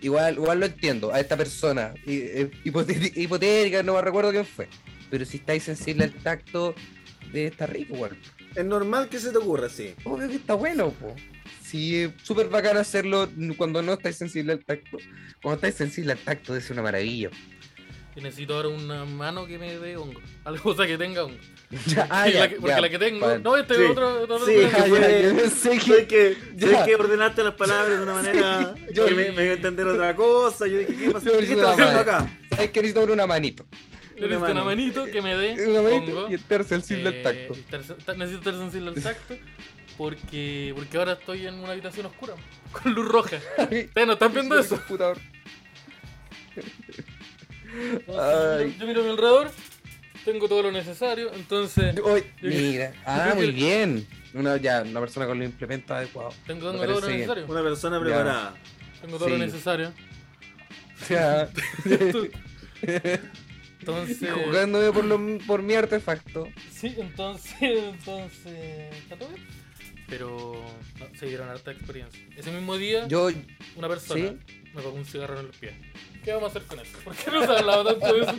A: igual, igual lo entiendo a esta persona hi- eh, hipotéti- hipotética, no me recuerdo quién fue. Pero si estáis sensible al tacto, de está rico, igual.
C: Es normal que se te ocurra, sí.
A: Obvio que está bueno, po. Sí, es súper bacán hacerlo cuando no estáis sensible al tacto. Cuando estáis sensible al tacto es una maravilla.
B: Y necesito ahora una mano que me dé hongo. Algo o sea, que tenga hongo.
A: Ya, ah,
B: Y la
A: ya,
B: que- porque
A: ya,
B: la que tengo.
A: pan.
B: No, este
C: Sí.
B: es otro. otro-
C: Sí,
B: otro-
A: Ah, ya,
C: fue-
A: yo pensé
C: Sé
A: que-
C: que,
A: Ya.
C: sé que ordenaste las palabras de una manera
A: yo-
C: que me, me dio a entender otra cosa. Yo dije, ¿qué pasa?
A: Yo
C: ¿Qué
A: hice una
C: estás haciendo
A: madre.
C: acá?
A: Sabes que necesito una manito.
B: necesito
C: una
B: una
C: mano.
B: manito que me dé
A: Una manito
B: hongo.
A: y estar sensible al
B: Eh,
A: tacto.
B: estar sen- ta- necesito estar sensible al tacto. Porque, porque ahora estoy en una habitación oscura. Con luz roja. Ustedes no están viendo eso.
A: Computador.
B: Entonces,
A: Ay.
B: Yo, yo miro a mi alrededor, tengo todo lo necesario, entonces
A: Oy,
B: Yo-
A: mira, ah,
B: creo que-
A: muy bien. Una, ya, una persona con los implementos adecuados.
B: tengo,
A: Me
B: tengo todo lo
A: parece bien.
B: necesario.
C: Una persona
A: Ya.
C: preparada.
B: Tengo todo lo
A: Sí.
B: necesario.
A: O sea,
B: Entonces,
A: jugándome por, lo- por mi artefacto.
B: sí, entonces, entonces, está todo bien. Pero no, se dieron harta experiencia. Ese mismo día,
A: Yo,
B: una persona
A: ¿Sí?
B: me pagó un cigarro en el pie. ¿Qué vamos a hacer con eso? ¿Por qué no se ha hablado tanto de eso?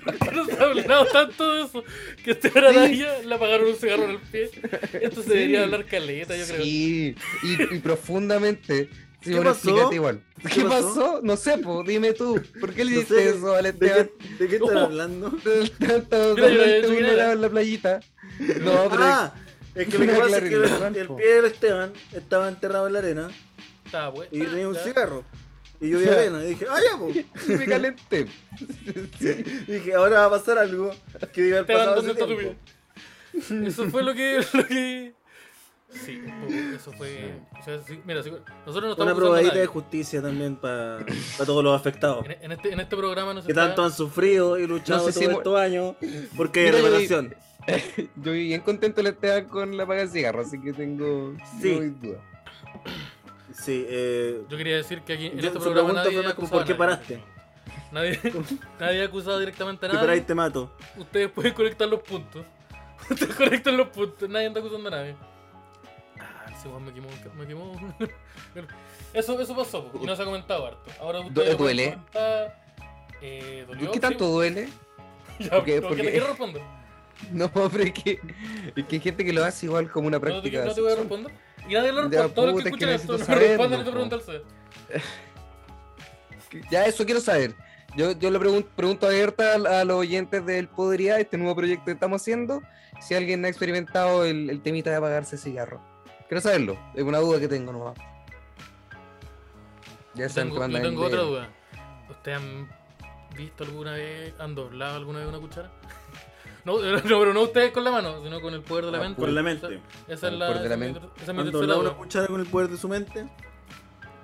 B: ¿Por qué no se ha hablado tanto de eso? Que este Aranaya le pagaron un cigarro en el pie. Esto
A: Sí.
B: se debería hablar caleta, yo creo.
A: sí, y, y profundamente. Sí,
C: ¿Qué
A: bueno,
C: pasó?
A: explícate igual. ¿Qué,
C: ¿Qué
A: pasó?
C: pasó?
A: No sé, po, dime tú. ¿Por qué le
C: No
A: hiciste
C: sé,
A: eso al
C: ¿De
A: Esteban?
C: qué, de qué estás
B: Oh.
C: hablando?
A: Tanto
B: Mira, yo le había
A: durante
B: dicho quién
A: una
B: era.
A: hora en la playita. No, pero
C: ah, es que lo que
A: Una
C: pasa es que
A: claridad,
C: el, el
A: po.
C: pie del Esteban estaba enterrado en la arena
B: Estaba bueno.
C: y tenía un
B: Ah, Ya.
C: cigarro. Y yo vi
A: Ya.
C: arena y dije, ¡ah, ya, po!
A: me calenté.
C: Y dije, ahora va a pasar algo que iba a haber
B: Esteban,
C: pasado
B: ¿dónde
C: hace
B: está tu
C: tiempo.
B: vida? Eso fue lo que, lo que. Sí, un poco, eso fue. o sea, sí, mira, sí, nosotros no estamos.
C: Una
B: acusando a
C: probadita
B: nadie.
C: de justicia también para todos los afectados.
B: En, en este, en este programa no se
C: Que tanto han sufrido y luchado
A: No sé si
C: todos
A: mu-
C: estos años. Porque hay
A: Mira, yo-
C: revelación.
A: Yo viví bien contento la Esteban con la paga de cigarro, así que tengo
C: Sí.
A: no hay duda.
C: Sí, eh.
B: Yo quería decir que aquí en
C: yo-
B: este
C: su
B: programa
C: pregunta
B: nadie
C: fue más
B: ha
C: como,
B: acusado
C: ¿por qué
B: a nadie.
C: paraste?
B: Nadie, nadie ha acusado directamente a
C: Que
B: nadie.
C: por ahí te mato.
B: Ustedes pueden conectar los puntos. Ustedes conectan los puntos. Nadie anda acusando a nadie. Ah, ese weón me quemó. Me quemó. Eso, eso pasó. po, Y no se ha comentado harto. Ahora ustedes. lo pueden
A: duele?
B: comentar. Eh, ¿Dolió?
A: ¿Qué tanto
B: Sí,
A: duele?
B: ya,
A: Porque-
B: pero
A: porque-
B: ¿qué te quiero responder?
A: No, hombre, es que, es que hay gente que lo hace igual como una
B: No te,
A: práctica.
B: no te voy a
A: sexual.
B: responder. Y nadie lo
A: Ya,
B: responde. Todos los
A: puta,
B: que
A: es que
B: escuchan esto no
A: necesito
B: responden lo
A: saberlo,
B: que
A: po.
B: preguntarse.
A: Ya eso quiero saber. Yo, yo le pregun- pregunto abierta a, a los oyentes del Podría, este nuevo proyecto que estamos haciendo, si alguien ha experimentado el, el temita de apagarse el cigarro. Quiero saberlo, es una duda que tengo nomás. Ya
B: Yo
A: saben que
B: tengo, yo
A: mandan
B: tengo
A: el
B: otra
A: DM.
B: duda. ¿Ustedes han visto alguna vez, han doblado alguna vez una cuchara? No, no, pero no ustedes con la mano, sino con el poder de la
A: Ah,
B: mente.
C: Por la mente.
B: Esa es
A: Con el
B: la,
A: poder de
B: esa
A: la
B: es mi
A: mente.
B: ter- esa es mi
C: Han
B: tercera
C: doblado una
B: duda.
C: cuchara con el poder de su mente.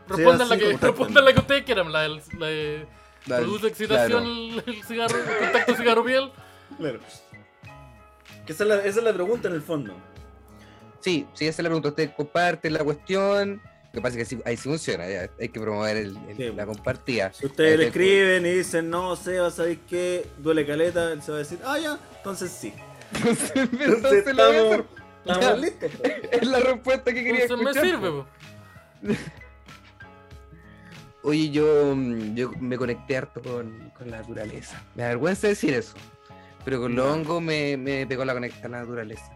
B: Respondan, la
C: así
B: que,
C: como
B: respondan la que ustedes quieran, la, del- la de
A: Dale,
B: produce excitación el, el cigarro, el contacto cigarro piel.
C: Claro. pues, Que esa, es la, esa es la pregunta en el fondo.
A: claro. Sí, sí, esa es la pregunta. Ustedes comparten la cuestión. Lo que pasa es que sí- ahí sí funciona, ya, hay que promover el- el-
C: Sí.
A: la compartida.
C: Si ustedes le
A: Ahí te-
C: escriben y dicen, no, Seba, ¿sabéis qué? Duele caleta, él se va a decir, ah, ya, entonces sí.
A: Entonces, la voy a hacer.
C: estamos listos.
A: es la respuesta que quería
B: Entonces me
A: escuchar.
B: sirve,
A: po.
B: po.
A: Oye, yo, mm, yo me conecté harto con, con la naturaleza. Me avergüenza decir eso. Pero con los hongos me, me pegó la conecta a la naturaleza.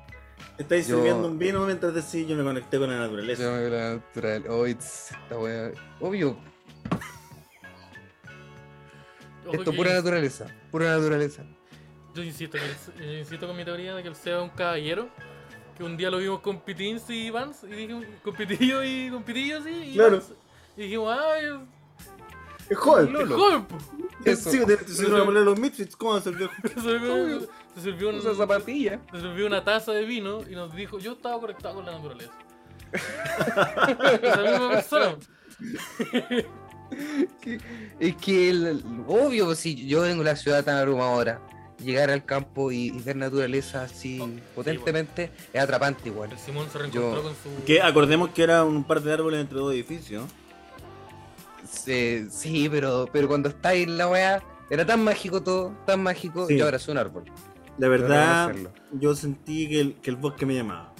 C: Estáis
A: Yo-
C: sirviendo un vino mientras decís, yo me conecté con la naturaleza.
A: Yo me pegó la naturaleza. Oh, it's- esta wea- Obvio,
B: Ojo
A: esto
B: que
A: pura
B: yo-
A: naturaleza. Pura naturaleza.
B: Yo insisto, que el- yo insisto con mi teoría de que él sea un caballero. Que un día lo vimos con Pitins y Vans. Y dijimos, con Pitillo y con Pitillo, sí. Y,
C: Claro.
B: Vans. y dijimos, ay,
C: Es joven,
A: Lolo.
B: joven, po.
A: Eso.
C: Sí, te- te sirve una polera de los Misfits, ¿cómo va a ser viejo?
B: Se sirvió, se sirvió un-
A: Usa zapatilla.
B: se sirvió una taza de vino y nos dijo, yo estaba conectado con la naturaleza. Esa misma persona.
A: Es que, el- obvio, si yo vengo a la ciudad tan abrumadora, llegar al campo y, y ver naturaleza así
B: Oh, sí,
A: potentemente es atrapante igual.
B: El Simón se reencontró con su...
C: Que acordemos que era un par de árboles entre dos edificios.
A: Sí, sí, pero, pero cuando estáis en la weá, era tan mágico todo, tan mágico,
C: Sí.
A: y ahora es un árbol.
C: La verdad,
A: Tengo que
C: yo sentí que el, que el bosque me llamaba.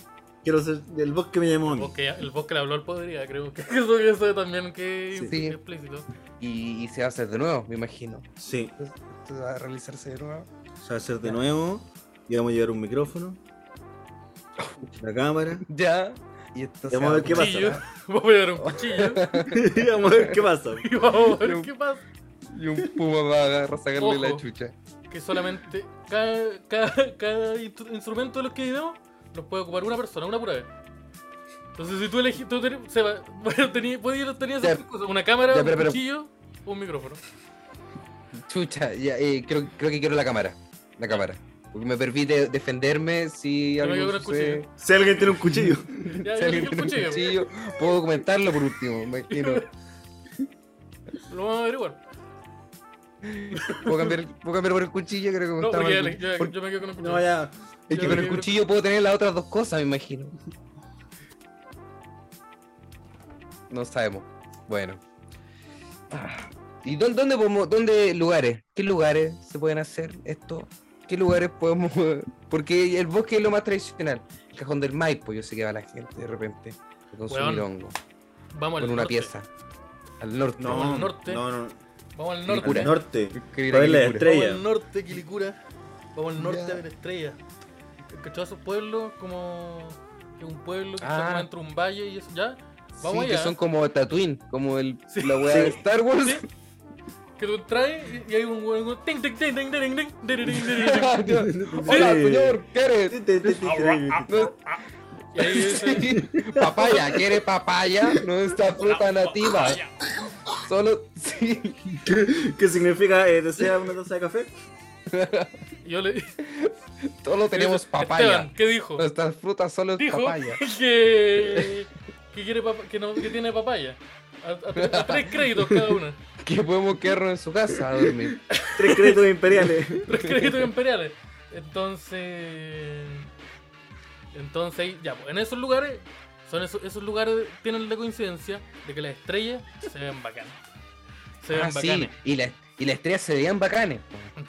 C: Quiero ser, el bosque me llamó a
B: El
C: mí.
B: bosque, el bosque le habló al podría, creo que eso, eso también que
A: Sí.
B: que explícito.
A: Y, y se va a hacer de nuevo, me imagino.
C: Sí,
A: Esto va a realizarse de nuevo.
C: se va a hacer de nuevo. Y vamos a llevar un micrófono, la cámara.
A: Ya. Y esto se
C: Vamos a ver qué pasa.
B: Cuchillo. Vamos a llevar un cuchillo
C: Y vamos a ver qué pasa.
B: y vamos a ver qué pasa.
A: Y un puma va a agarrar- sacarle
B: Ojo.
A: la chucha.
B: que solamente cada, cada, cada instru- instrumento de los que vivimos los puede ocupar una persona, una pura vez. Entonces, si tú elegís, tú tenías, Seba, bueno, tenías, podías- tenías
A: Ya.
B: esas tres cosas, una cámara,
A: Ya, pero-
B: un
A: pero-
B: cuchillo, un micrófono.
A: Chucha, ya, eh, creo, creo que quiero la cámara. La cámara. Porque me permite defenderme si
B: Yo me
A: algo
B: quedo con el
A: sucede.
C: Si alguien tiene un cuchillo.
B: Ya,
A: Si
B: yo
A: alguien
B: elegí el
A: tiene un
B: cuchillo, pues.
A: cuchillo, puedo documentarlo por último, me imagino.
B: lo vamos a averiguar.
A: Puedo cambiar, puedo cambiar por el cuchillo, creo que me
B: No,
A: estaba
B: porque ya
A: mal.
B: le- ya-
A: Porque-
B: yo me quedo con el cuchillo.
C: No, ya.
A: Es que
B: Yo
A: con
B: creo
A: el
B: que-
A: cuchillo puedo tener las otras dos cosas, me imagino. No sabemos. Bueno. Ah. ¿Y dó- dónde, podemos- dónde lugares? ¿Qué lugares se pueden hacer esto? ¿Qué lugares podemos...? eh? Porque el bosque es lo más tradicional. El cajón del Maipo, yo sé que va la gente de repente a consumir
B: Weón,
A: hongo.
B: Vamos al
A: Con una
B: norte.
A: pieza. Al norte.
C: No,
B: al norte.
C: no, no.
B: Vamos al
A: Quilicura.
B: norte.
C: Al norte.
A: Que ir
C: Para
A: a
C: ver la
A: Quilicura.
B: Vamos
C: estrella.
B: al norte, Quilicura. Vamos al norte
A: Ya.
B: a ver estrellas. ¿Cachai? Esos pueblos como. que un pueblo que
A: Ah.
B: está como dentro de un valle y eso, ¿ya? Vamos
A: Sí, que
B: allá.
A: son como Tatooine, como el,
B: Sí.
A: la weá de
C: Sí.
A: Star Wars.
B: Sí. Que tú traes y- y hay un huevo. Ting, ting, ting, ting, ting, ting, ting, ting, ting, ting, ting.
A: Hola, señor, ¿qué eres?
C: Ah,
B: Y ahí dice,
A: Sí, papaya, ¿quiere papaya? No es esta fruta nativa. Solo. Sí.
C: ¿Qué significa? Eh, ¿Desea una taza de café?
B: Y yo le
A: Todos tenemos papaya.
B: Esteban, ¿qué dijo?
A: Nuestras frutas solo es
B: Dijo
A: papaya.
B: que, que, quiere papa- que, no, que tiene papaya. A, a tre- a tres créditos cada una.
A: Que podemos quedarnos en su casa a dormir.
C: Tres créditos imperiales.
B: Tres créditos imperiales. Entonces. Entonces, ahí, ya, pues, en esos lugares. Son esos, esos lugares tienen la coincidencia de que las estrellas se ven bacanas. Se ven
A: Ah, sí.
B: bacanas.
A: Y las y las estrellas se veían bacanes. Está,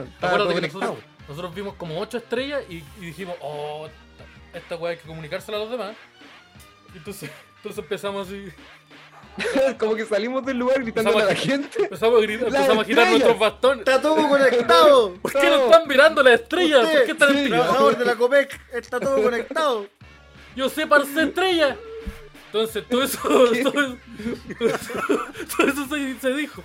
B: Entonces,
A: está todo
B: acuérdate que
A: conectado.
B: nosotros, nosotros vimos como ocho estrellas y, y dijimos, oh, esta- esta weá hay que comunicársela a los demás. Entonces, entonces empezamos así.
A: Como que salimos del lugar gritando a
B: Empezamos
A: la
B: a-
A: gente.
B: Empezamos a, gritar,
A: Las
B: empezamos a agitar
A: estrellas.
B: nuestros bastones.
C: ¡Está todo conectado!
B: ¿Por qué no están mirando las estrellas?
C: Usted,
B: ¿Por qué están
A: sí.
B: estrellas?
C: Trabajador de la COPEC, está todo conectado.
B: Yo sé parece estrella. Entonces, todo eso, todo eso, todo eso se, se dijo.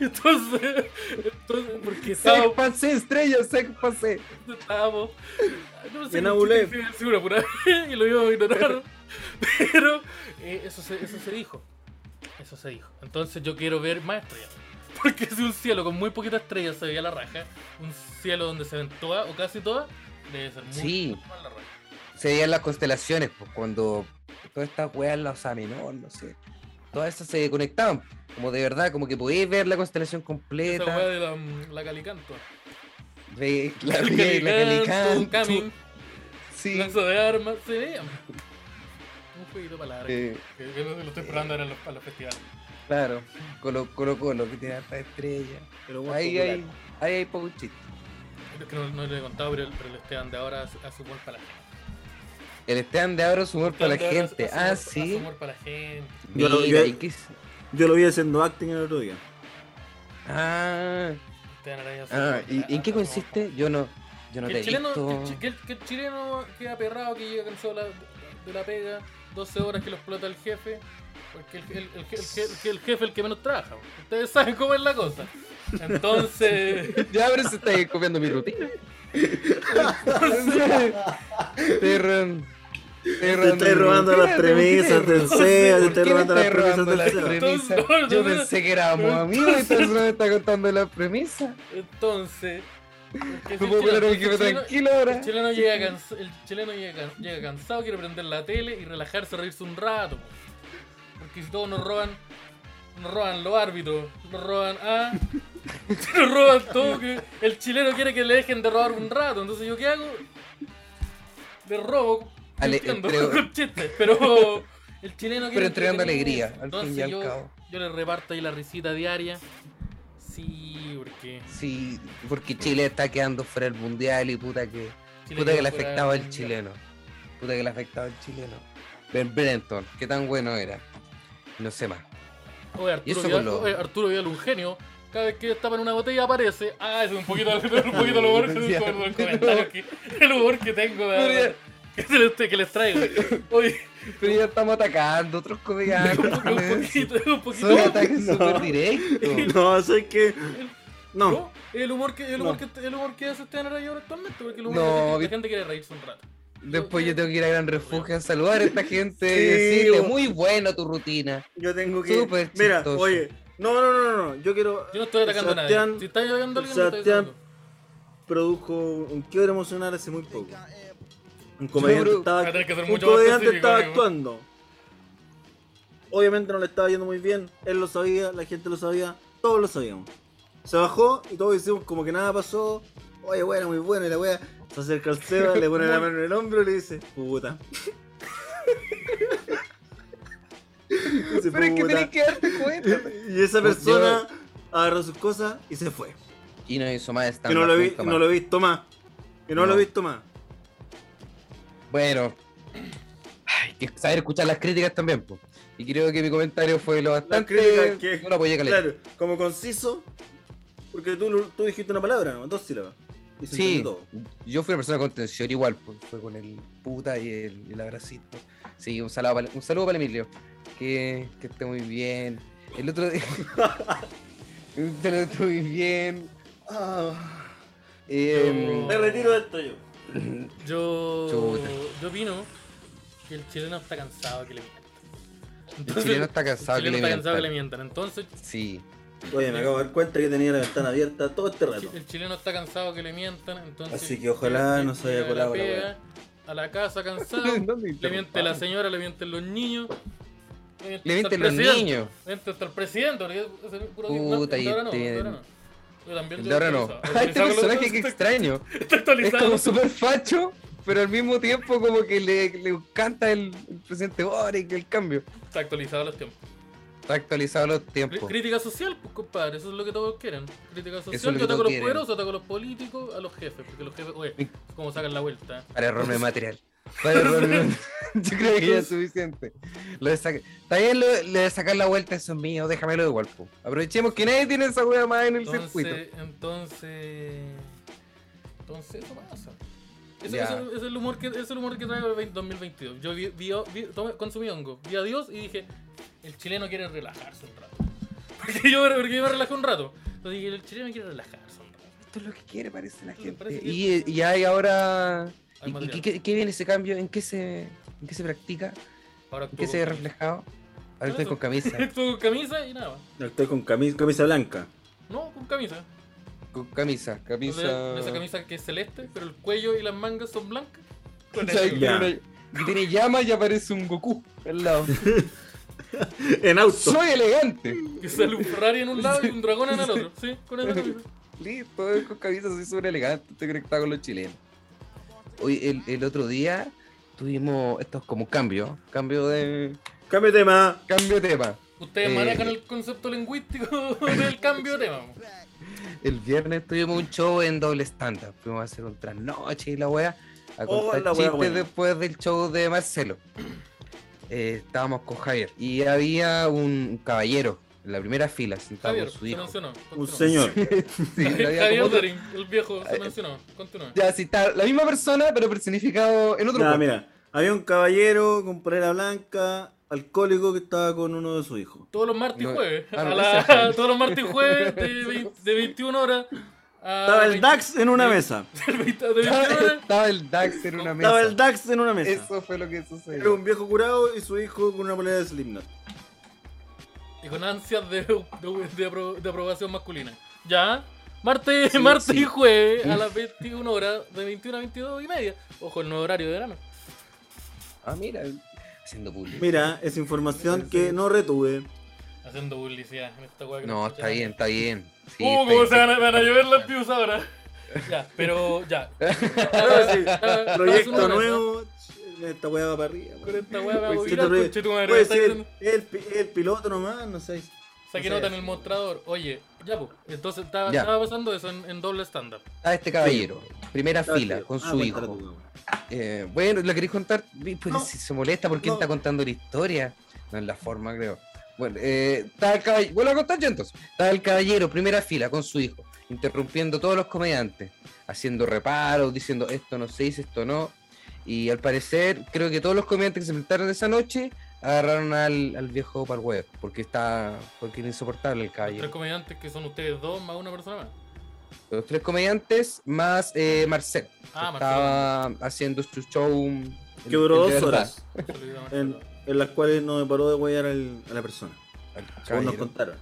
B: Entonces, entonces porque
A: Se
B: estábamos,
A: pasé estrellas, se pasé.
B: estábamos no sé,
C: En
B: ni
C: Abulé.
B: siquiera si una pura vez, y lo íbamos a ignorar. Pero eh, eso, se, eso se dijo. Eso se dijo. Entonces yo quiero ver más estrellas. Porque si un cielo con muy poquitas estrellas se veía la raja, un cielo donde se ven todas o casi todas, debe ser muy,
A: Sí.
B: muy mal la raja.
A: se veían las constelaciones, pues cuando todas estas weas, los aminor, no sé, todas esas se conectaban, como de verdad, como que podías ver la constelación
B: Esa weá
A: completa,
B: de la, mm, la Calicanto.
A: ve la
B: El
A: veía y la
B: Calicanto, un
A: Calicanto,
B: Camin,
A: sí,
B: lanza de armas, se veía. Un jueguito de palabras.
A: eh,
B: que, que lo estoy probando ahora en los, para los festivales.
A: claro, Colo Colo Colo, que tiene harta estrella,
C: Pero bueno,
A: ahí
C: popular.
A: hay, ahí hay poco chiste.
B: Es que no, no lo he contado, pero, pero el Esteban de ahora hace hace humor para la gente.
A: El stand de ahora es humor para la
B: Esteban de ahora
A: gente,
B: hace- hace
A: ah,
B: humor- hace
A: sí,
B: humor para la gente.
C: Yo lo
A: mira,
C: vi-
A: ¿y qué es?
C: Yo lo vi haciendo acting el otro día.
A: ah,
B: Esteban Araya hace
A: ah,
B: humor para-
A: ¿y en qué
B: hace humor
A: consiste? Yo no, yo no
B: para-
A: te
B: Que
A: he
B: el chileno, que
A: visto,
B: el chi- que, el, que el chileno queda perrado, que llega cansado la- de la pega, 12 horas que lo explota el jefe. Porque el, el- el- el- el- el jefe es el que menos trabaja. Ustedes saben cómo es la cosa. Entonces.
A: Ya, pero se está copiando mi rutina. Te ro-
C: Te estoy robando
A: mi rutina,
C: las premisas
A: ¿por qué
C: del SEA, te estoy
A: me
C: robando las
A: estás
C: premisas
A: robando
C: del
A: las
C: SEA.
A: premisas?
B: Entonces,
A: Yo pensé que éramos amigos y tú solo me estás contando las premisas.
B: Entonces. porque
A: No
B: si el
A: puedo poner
B: chileno-
A: a mi jefe
B: el chileno-
A: tranquilo ahora.
B: El chileno, llega cansa- el chileno llega, can- llega cansado, quiere prender la tele y relajarse, reírse un rato. po. Porque si todos nos roban, nos roban los árbitros, nos roban a. nos roban todo. que el chileno quiere que le dejen de robar un rato. Entonces, ¿yo qué hago? Le robo.
A: Ale-
B: entiendo,
A: entrego-
B: chistes, pero. El chileno quiere
A: Pero entregando
B: entretenerse.
A: alegría, al fin y al
B: yo,
A: cabo.
B: yo le reparto ahí la risita diaria. Sí, porque.
A: Sí, porque Chile está quedando fuera del mundial y puta que,
B: Chile
A: puta que
B: quedó
A: le
B: fuera
A: afectaba al
B: mundial.
A: chileno. Puta que le afectaba al chileno. Ben Brenton, qué tan bueno era. No sé más.
B: Oye,
A: Y
B: Arturo,
A: eso
B: Vidal,
A: con lo-
B: oye, Arturo Vidal, un genio. Cada vez que destapan una botella aparece. Ah, es un poquito, un poquito el humor, es
A: Ya,
B: el comentario que, el humor que tengo de-
A: Pero
B: que, se les, que les traigo. Oye,
A: Pero ya estamos atacando otros
B: un
A: comediantes.
B: poquito, un poquito.
A: Son ataques
C: No.
A: súper directos.
C: No, sé que. No.
B: No, el humor que, el humor
C: No.
B: que, el humor que hace usted en radio ahora actualmente, porque el humor
A: No,
B: que hace-
A: vi-
B: la gente quiere reírse un rato.
A: Después yo tengo que ir a Gran Refugio a saludar a esta gente y
C: Sí,
A: decirle,
C: bo-
A: muy buena tu rutina.
C: Yo tengo que.
A: Súper
C: Mira,
A: chistoso.
C: oye. No, no, no, no, no. Yo quiero.
B: Yo no estoy atacando a
C: Sebastián
B: nadie. Si está atacando a alguien, no estoy
C: Sebastián
B: atacando.
C: produjo un quiebre emocional hace muy poco. Un
A: Yo
C: comediante
A: creo-
C: estaba,
B: Va a tener que ser
C: un
B: mucho más
C: comediante
B: específico,
C: estaba
B: amigo.
C: actuando. Obviamente no le estaba yendo muy bien. Él lo sabía, la gente lo sabía, todos lo sabíamos. Se bajó y todos hicimos como que nada pasó. Oye, bueno, muy bueno. Y la wea se acerca al Seba, le pone la mano en el hombro y le dice: Puta. Dice,
A: Pero es que
C: "Puta".
A: tenés que darte cuenta.
C: Y esa persona agarró sus cosas y se fue.
A: Y no hizo más
C: Que
A: stand
C: no lo, vi, no lo he visto más. Que no,
A: No.
C: lo he visto más.
A: Bueno. Hay que saber escuchar las críticas también, po. Y creo que mi comentario fue lo
C: La
A: bastante.
C: crítica que.
A: No lo apoyé caleta.
C: Claro, como conciso. Porque tú, lo- tú dijiste una palabra, ¿no? dos sílabas. Y se
A: Sí,
C: entendió todo.
A: yo fui una persona con tensión igual, pues, fue con el puta y el, y el abracito. Sí, un saludo para, un saludo para Emilio, que, que esté muy bien. El otro día... Te lo esté muy bien.
C: Ah,
A: Em,
C: me retiro de esto yo.
B: Yo,
A: Chuta.
B: yo opino que el chileno está cansado de que le mientan.
A: el chileno está cansado
B: El
A: que le
B: chileno está cansado que le
A: mientan.
B: mientan. Entonces,
A: Sí,
C: Oye, me acabo de dar cuenta que tenía la ventana abierta todo este rato.
B: El chileno está cansado que le mientan, entonces.
C: Así que ojalá no se haya
B: llega de
C: colado la
B: pega,
C: wea.
B: A la casa cansado.
A: ¿Dónde
B: le miente la
A: interrumpamos?
B: señora, le mienten los niños.
A: Le
B: miente
A: mienten
B: el
A: los
B: presidente,
A: niños.
B: Le miente hasta el presidente. porque es- es el puro-
A: Puta,
B: no,
A: y
B: ahora no,
A: este-
B: ahora no. Yo también.
A: El de ahora no. Este personaje que extraño. Es como súper facho, pero al mismo tiempo como que le, le encanta el, el presidente Boric, el cambio.
B: Está actualizado a los tiempos.
A: Está actualizado a los
B: Cri-
A: tiempos.
B: Crítica social, pues compadre, eso es lo que todos quieren. Crítica
A: es
B: social,
A: lo
B: yo
A: que
B: ataco a
A: todos
B: los
A: quieren.
B: poderosos, ataco a los políticos, a los jefes, porque los jefes, oye,
A: Mi-
B: cómo sacan la vuelta.
A: Para error de material. Para error de- Yo creo que ya es suficiente. Lo de saca- Está bien lo, lo de sacar la vuelta, eso es mío, déjamelo igual. po. Aprovechemos que nadie tiene esa wea más en el circuito.
B: Entonces, entonces, entonces eso pasa. Eso,
A: Ya.
B: eso- ese es el humor que, ese es el humor que traigo el 20- 2022. Yo vi, vi- vi- tomé- consumí hongo, vi a Dios y dije, el chileno quiere relajarse un rato. Porque yo, porque yo me relajé un rato. Entonces dije, el chileno quiere relajarse un rato.
A: Esto es lo que quiere, parece la
B: Me
A: gente.
B: parece que-
A: Y, y hay ahora.
B: Hay
A: ¿Y, y
B: material.
A: qué, qué viene ese cambio? ¿En qué se, en qué se practica?
B: Ahora
A: ¿En qué
B: actúo
A: se ve
B: con-
A: reflejado?
B: Por
A: Ahora estoy
B: eso.
A: con camisa.
B: actúo con camisa y nada más.
C: Estoy con camisa, camisa blanca.
B: No, con camisa.
A: Con camisa,
B: Entonces,
A: camisa.
B: Esa camisa que es celeste, pero el cuello y las mangas son blancas. Con
A: Ya,
B: negro.
C: Ya.
A: tiene- Tiene llamas y aparece un Goku al lado.
C: En auto.
A: Soy elegante.
B: Que sale un Ferrari en un lado y un dragón en el otro. Sí, con esa camisa.
A: Listo, eh, con camisa soy súper elegante, estoy conectado con los chilenos. Hoy, el, el otro día tuvimos estos como cambios, cambio de.
C: Cambio de tema.
A: cambio de tema.
B: Ustedes
A: Eh.
B: manejan el concepto lingüístico del cambio de tema. po.
A: El viernes tuvimos un show en doble stand-up. Fuimos a hacer un trasnoche y la wea. A
C: Oh,
A: contar
C: la wea
A: chistes
C: buena.
A: después del show de Marcelo. Eh, estábamos con Javier. Y había un caballero en la primera fila, sentado
B: Javier,
A: con su
B: se
A: hijo.
B: mencionó.
C: Un
B: continúa.
C: señor.
A: Sí, había
B: Javier
A: como otro-
B: Dorin, el viejo, se mencionó. Continúa.
A: Ya, sí, está la misma persona, pero personificado en otro
C: Nada,
A: cuerpo.
C: mira. Había un caballero con polera blanca, alcohólico, que estaba con uno de sus hijos.
B: Todos los martes y
A: No,
B: jueves.
A: ah, no,
B: a la-
A: ese Javier.
B: todos los martes y jueves de, vein- de 21 horas. a
C: Estaba el
B: 20
C: DAX en una mesa.
B: de 21 horas.
A: Estaba el Dax en una mesa.
C: Estaba el DAX en una mesa.
A: Eso fue lo que
C: Era
A: sucedió.
C: un viejo curado y su hijo con una polera de Slipknot.
B: Y con ansias de, de- de apro- de aprobación masculina. Ya. Martes,
A: Sí,
B: martes
A: sí.
B: y jueves a las 21 horas, de 21 a 22 y media. Ojo, el nuevo horario de verano.
A: Ah, mira, haciendo público.
C: Mira, es información que no retuve.
B: Haciendo publicidad en esta hueá que
A: No,
B: nos
A: está bien, está bien. Sí,
B: Uh,
A: está
B: cómo
A: bien.
B: se van a, van a llover las views ahora. Ya, pero ya.
C: Claro, sí.
B: Ah, haz
C: Proyecto
B: una
C: nuevo. Esta weá va para arriba.
B: Con esta weá
A: Pues
B: me hago
C: Puede
B: viral,
C: ser-
B: conchetumare,
C: puede
B: está
C: ser
B: diciendo.
C: el, pi- el piloto nomás, no sé.
B: Saqué
C: No sé.
B: nota en el mostrador. Oye, ya, pues. Entonces estaba,
A: Ya.
B: estaba pasando eso en, en doble stand-up.
A: Está este caballero, primera fila, con
C: Ah,
A: su
C: cuéntala
A: hijo.
C: tú, weón.
A: Eh, bueno, ¿la queréis contar? Vi, Pues
C: No.
A: si se molesta porque
C: No.
A: está contando la historia. No es la forma, creo. Bueno, eh, estaba el caballero. Vuelvo a contar yo entonces. Estaba el caballero, primera fila, con su hijo, interrumpiendo todos los comediantes, haciendo reparos, diciendo esto no se dice, esto no. Y al parecer, creo que todos los comediantes que se presentaron esa noche agarraron al, al viejo para el web, porque está porque era insoportable el
B: Los tres
A: caballero.
B: comediantes que son ustedes dos más una persona más.
A: Los tres comediantes más eh, Marcel.
B: Ah,
A: estaba haciendo su show. el-
C: Que duró
A: el de
C: dos
A: verdad.
C: horas,
B: Se lo digo a Marcelo.
C: en, en las cuales no me paró de guayar al- a la persona.
A: Al
C: Según nos
A: caballero.
C: contaron.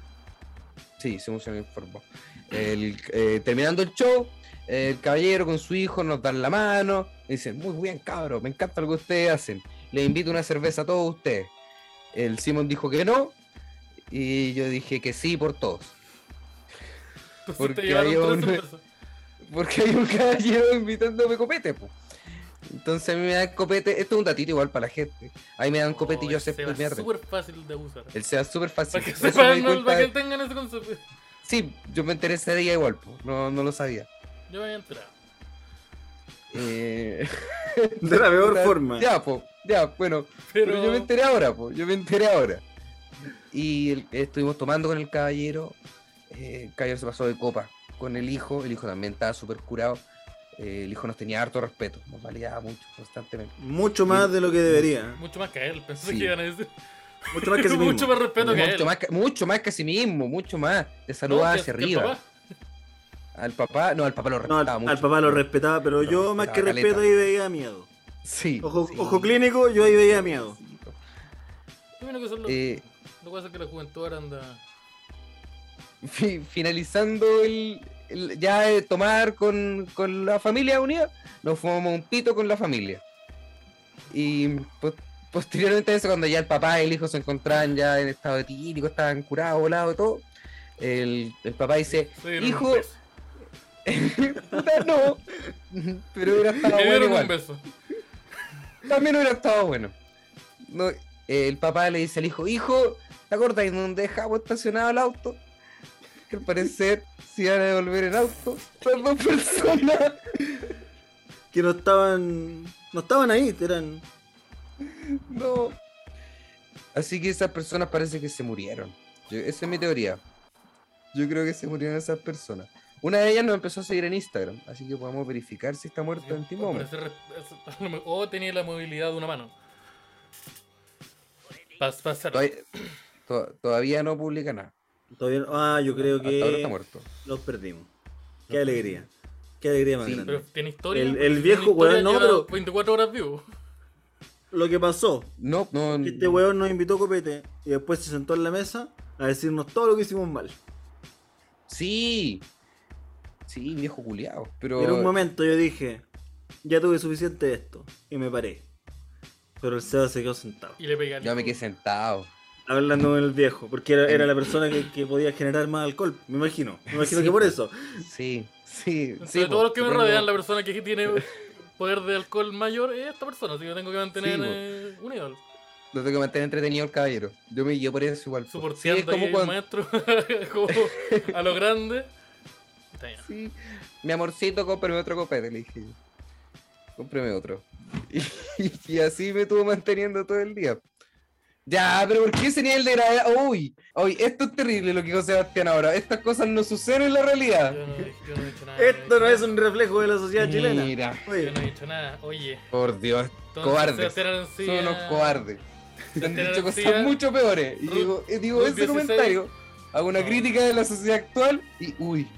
A: Sí, según se me informó. El, eh, terminando el show, el caballero con su hijo nos dan la mano. Dicen, muy bien, cabro, me encanta lo que ustedes hacen. Les invito una cerveza a todos ustedes. El Simon dijo que no. Y yo dije que sí por todos.
B: Entonces
A: porque
B: te llevaron
A: había
B: tres
A: un-
B: cervezas.
A: Porque hay un caballero invitándome copete, po. Entonces a mí me dan copete. Esto es un datito igual para la gente. Ahí me dan copete y yo
B: Oh,
A: acepto
B: Seba
A: y
B: es
A: mierda.
B: súper fácil de usar.
A: El sea súper fácil.
B: Para que,
A: Por eso me di
B: sepan, no-
A: cuenta
B: para que
A: de-
B: tengan ese concepto.
A: Sí, yo me enteré ese día igual, po. No, no lo sabía.
B: Yo me había enterado.
A: Eh,
C: De la peor
A: puta,
C: forma.
A: Ya, po, ya, bueno.
B: Pero,
A: Pero... yo me enteré ahora, po. Yo me enteré ahora. Y el- estuvimos tomando con el caballero. eh, el caballero se pasó de copa con el hijo. El hijo también estaba súper curado. eh, el hijo nos tenía harto respeto. Nos validaba mucho constantemente.
C: Mucho más de lo que debería.
B: mucho más que él, pensé
A: Sí.
B: que iban a decir.
C: Mucho más que sí mismo.
B: mucho más respeto que él.
A: Mucho más, que- mucho más que a sí mismo, mucho más. Te saludaba
B: que-
A: hacia
B: que el
A: arriba.
B: papá.
A: Al papá, no, al papá lo
C: No,
A: respetaba
C: al,
A: Ah, mucho.
C: al papá lo respetaba, pero
A: Lo
C: yo más que
A: respetaba,
C: respeto ahí
A: caleta.
C: veía miedo.
A: Sí.
C: Ojo,
A: sí.
C: ojo clínico, yo ahí veía miedo.
B: Yo creo que son los-
A: Eh,
B: Lo que pasa es que la juventud ahora anda.
A: fi- finalizando el, el- ya eh, tomar con, con la familia unida, nos fumamos un pito con la familia. Y pos- posteriormente a eso, cuando ya el papá y el hijo se encontraban ya en estado etílico, estaban curados, volados y todo, el, el papá dice,
B: Me dieron
A: hijo,
C: pues,
B: un beso.
A: puta, no, pero hubiera estado
B: Me
A: bueno
B: dieron
A: igual.
B: un beso.
A: También hubiera estado bueno. No, eh, el papá le dice al hijo, hijo, ¿te acuerdas en donde dejamos estacionado el auto? Que al parecer se iban a devolver el auto. Las dos personas.
C: Que no estaban. No estaban ahí, eran.
A: No. Así que esas personas parece que se murieron. Yo- esa es mi teoría. Yo creo que se murieron esas personas. Una de ellas nos empezó a seguir en Instagram, así que podemos verificar si está muerto en este Timón.
B: Parece re- es- a lo mejor- O tenía la movilidad de una mano. Pas- pasar.
A: Todavía, to- todavía no publica nada.
C: Todavía no- Ah, yo creo
A: Hasta ahora está
C: que
A: muerto.
C: los perdimos. Qué alegría. Qué alegría más
A: Sí,
C: grande.
B: Pero tiene historia.
C: El- el
B: tiene
C: viejo,
B: historia,
C: weón, no,
B: lleva
C: pero-
B: 24 horas vivo.
C: Lo que pasó,
A: No, no.
C: que este weón nos invitó a copete y después se sentó en la mesa a decirnos todo lo que hicimos mal.
A: Sí. Sí, viejo culiado. Pero.
C: En un momento yo dije, ya tuve suficiente de esto. Y me paré. Pero el Seba se quedó sentado.
B: Y le pega
A: Yo me quedé sentado.
C: Hablando con el viejo. Porque era, era la persona que, que podía generar más alcohol. Me imagino. Me imagino
A: Sí, pues.
C: que por
A: po.
C: eso.
A: Sí, sí.
B: Entre
A: sí po,
B: todos los que me
A: supongo.
B: rodean, la persona que tiene poder de alcohol mayor es esta persona. Así que tengo que mantener
A: Sí, po.
B: eh, un ídolo.
A: Lo tengo que mantener entretenido el caballero. Yo me guío por eso igual. po. Sí,
B: Soporteando
A: es como
B: ahí al
A: cuando-
B: maestro como a lo grande. Está bien.
A: sí, mi amorcito, cómprame otro copete, le dije. yo. Cómprame otro. Y, y así me estuvo manteniendo todo el día. Ya, pero ¿por qué ese nivel de gravedad? Uy, uy, esto es terrible lo que dijo Sebastián ahora. Estas cosas no suceden en la realidad.
B: Yo no, yo no he hecho nada.
C: Esto no
B: he
C: es
B: hecho
C: un reflejo de la sociedad chilena.
A: Mira,
B: nada, Yo
C: Oye,
B: no he hecho nada. Oye.
A: por Dios,
B: entonces,
A: Cobardes.
B: Sebastián Arancía-
A: son unos cobardes. Te han
B: Sebastián
A: dicho cosas
B: Arancía,
A: mucho peores. Y
B: Ruth-
A: digo, y digo
B: Ruth
A: ese
B: 16.
A: comentario, hago una
B: No.
A: crítica de la sociedad actual y uy,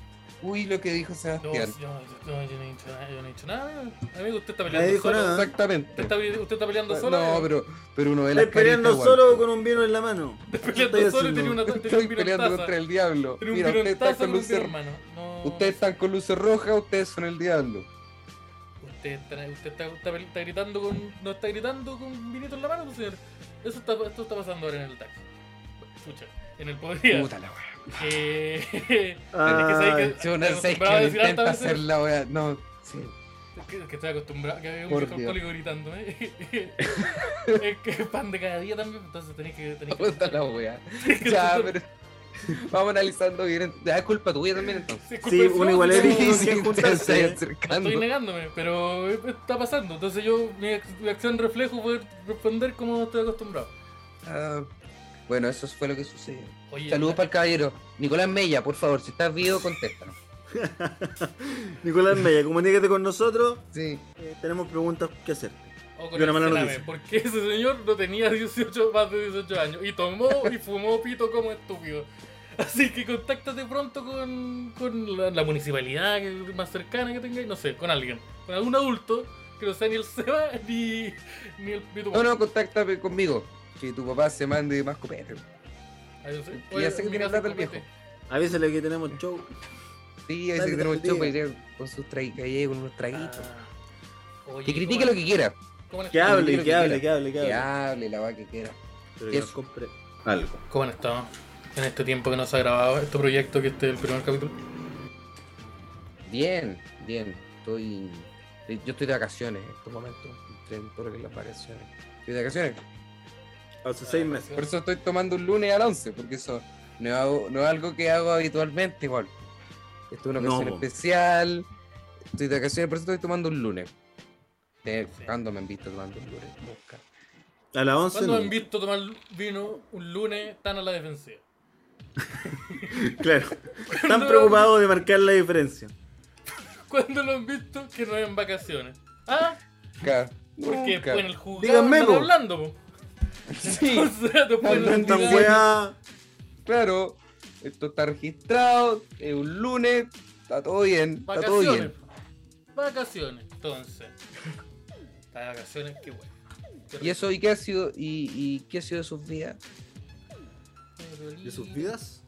A: uy lo que dijo
B: No,
A: Sebastián.
B: yo, no, yo no he dicho nada, yo no he dicho nada. Amigo, usted está
C: Nadie
B: peleando
C: dijo
B: solo.
C: nada.
A: Exactamente.
B: Usted está, usted está peleando solo.
A: No,
B: eh.
A: pero, pero uno ve las
C: estáis peleando
A: caritas,
C: solo
A: weón.
C: con un vino en la mano.
B: Está
C: ¿Qué
B: peleando
C: estáis
B: solo y
C: haciendo?
B: tiene una tiene
A: Estoy
B: un vino en
A: peleando
B: taza.
A: contra el diablo.
B: Tiene un
A: Mira,
B: vino en
A: ustedes están
B: taza
A: con
B: con un
A: luces,
B: vino, hermano. No.
A: ustedes están con luces rojas, ustedes son el diablo.
B: Usted, está, usted está, está, pel- está gritando con. No está gritando con vinito en la mano, pues, señor. Eso está, esto está pasando ahora en el taxi. Escucha, en el podría.
A: Puta la weá.
B: Eh, que
C: Ay,
A: Si uno
B: estoy
A: es seis que
B: acostumbrado a
A: uno
B: decir hartas
A: intenta
B: veces-
A: hacer la weá. No, sí.
B: Que, que estoy acostumbrado, que había un
A: Por
B: viejo
A: Dios.
B: alcohólico gritándome. es que es pan de cada día también, entonces tenés que. Tenés que
A: Puta la weá. Ya, pero. Vamos analizando bien. Ya es culpa tuya también entonces.
B: Sí, es culpa
C: Sí,
B: del
C: uno
B: Sebastián,
C: igual es
B: no-
C: difícil.
A: Sí,
C: quieren
A: te
C: juntarse,
A: estáis
C: ¿eh?
A: acercando.
B: Estoy negándome, pero está pasando. Entonces yo, mi ac- mi acción reflejo fue responder como estoy acostumbrado.
A: Ah, Bueno, eso fue lo que sucedió.
B: Oye,
A: Saludos para el caballero. Nicolás Mella, por favor, si estás vivo, contéstanos.
C: Nicolás Mella, comunícate con nosotros.
A: Sí.
C: eh, tenemos preguntas que hacer.
B: o con
C: y
B: el
C: una mala
B: salame,
C: noticia.
B: Porque ese señor no tenía 18, más de 18 años y tomó y fumó pito como estúpido. Así que contáctate pronto con, con la, la municipalidad que- más cercana que tengáis, no sé, con alguien, con algún adulto que no sea ni el Seba ni, ni el ni tu
A: No,
B: papá.
A: no, contáctame conmigo. Que tu papá se mande más copete.
B: Ah, yo sé.
A: Y
B: Oye,
A: ya sé que
B: mi
A: tiene
B: casa
A: plata el
B: compete.
A: viejo.
C: Avísale que tenemos show.
A: Sí, ahí
C: Dale,
A: sí que tenemos
C: dale,
A: el choco y
C: diga.
A: llega con sus traguitos, ahí con unos traguitos.
B: Ah. Oye,
A: que critique lo
B: ¿cómo-
A: que quiera.
B: cómo han
C: Que
B: estado?
C: hable,
A: quiero
C: que
A: que
C: hable,
A: quiera.
C: que hable, que
A: Que
C: hable.
A: hable la va que quiera.
C: Pero que
A: eso.
C: nos compre algo.
B: ¿Cómo han estado en este tiempo que no se ha grabado este proyecto que este es el primer capítulo?
A: Bien, bien. Estoy. eh, Yo estoy de vacaciones en estos momentos. Entré en todo lo que es las vacaciones. Estoy de vacaciones.
C: Hace seis meses.
A: Por eso estoy tomando un lunes a las 11, porque eso no, hago- no es algo que hago habitualmente igual. Esto es una
C: No,
A: ocasión
C: po.
A: especial. Estoy de vacaciones, por eso estoy tomando un lunes. Eh,
B: Sí.
A: ¿Cuándo me han visto tomando un lunes? Nunca.
C: A las 11
B: ¿Cuándo han
C: no.
B: visto tomar vino un lunes tan a la defensiva?
C: Claro. Están
B: No.
C: preocupados de marcar la diferencia.
B: ¿Cuándo lo han visto que no hay en vacaciones? Ah,
A: Nunca.
B: porque
A: nunca.
B: después en el juzgado
C: Díganme,
B: andan
C: po.
B: hablando, po.
A: Sí,
B: O sea, después en el
C: Cuentan
B: juzgado-
C: weá.
A: claro. Esto está registrado, es un lunes, está todo bien, está todo
B: Vacaciones.
A: bien.
B: Vacaciones, entonces. Está de vacaciones, qué bueno. Qué
A: ¿Y eso? ¿Y qué ha sido, y, y qué ha sido de sus vidas?
B: rico.
C: ¿De sus vidas?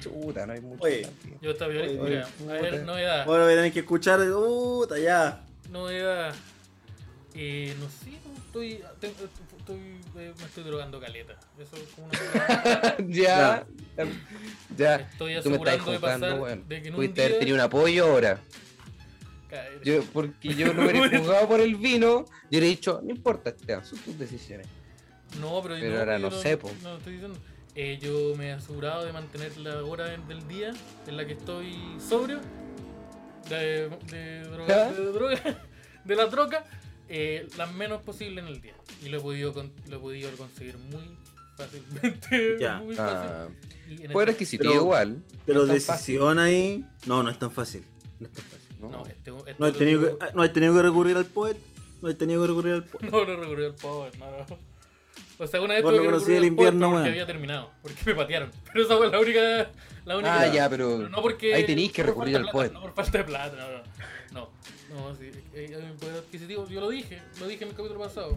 A: Chuta, no hay mucho.
C: Oye.
A: tanto.
B: Yo estaba violento.
A: Oye,
B: Mira, a ver,
A: puta.
B: novedad.
C: Ahora voy a tener que escuchar. Uh, ya.
B: Novedad. Eh, no sé, no, estoy, tengo- estoy- eh, me estoy drogando caleta. Eso es como una.
A: Ya. Ya.
B: Estoy
A: Tú me estás
B: asegurando de
A: juzgando,
B: pasar
A: weón.
B: de que en un
A: Pudiste
B: día.
A: haber tenido un apoyo ahora.
B: Caer.
A: Yo, porque yo no hubiera jugado por el vino, yo hubiera dicho, no importa, Esteban, son tus decisiones.
B: No, pero,
A: Pero ahora
B: yo
A: no sé, po.
B: No, estoy diciendo. Eh, yo me he asegurado de mantener la hora en- del día en la que estoy sobrio de, de droga,
A: ¿Ya?
B: de, droga- de la droga, eh, las menos posible en el día. Y lo he podido, con- lo he podido conseguir muy fácilmente.
C: Ya.
B: Muy fácil.
A: Ah,
B: Y en
A: poder
B: este-
A: adquisitivo
C: Pero-
A: igual.
C: Pero
A: No es tan fácil,
C: decisión ahí. No, no es tan fácil. No, es tan fácil.
A: ¿no?
B: No, este, este
C: No he
B: otro
C: tenido
B: tipo-
C: que, ah, no he tenido que recurrir al poet. No he tenido que recurrir al poet.
B: No, no recurrió al power, no, no. O sea, una vez
C: Vos
B: tuve
C: no
B: que
C: conocí
B: recurrir
C: el
B: al power,
C: invierno,
B: pero porque
C: weón.
B: había terminado, porque me patearon. Pero esa fue la única, la única
A: Ah, ya, pero
B: Pero no porque.
A: ahí tenéis que
B: no por
A: recurrir al
B: falta de
A: poder.
B: plata, No por falta de plata, no, no. No, no sí. eh, Hay un poder adquisitivo, yo lo dije, lo dije en el capítulo pasado.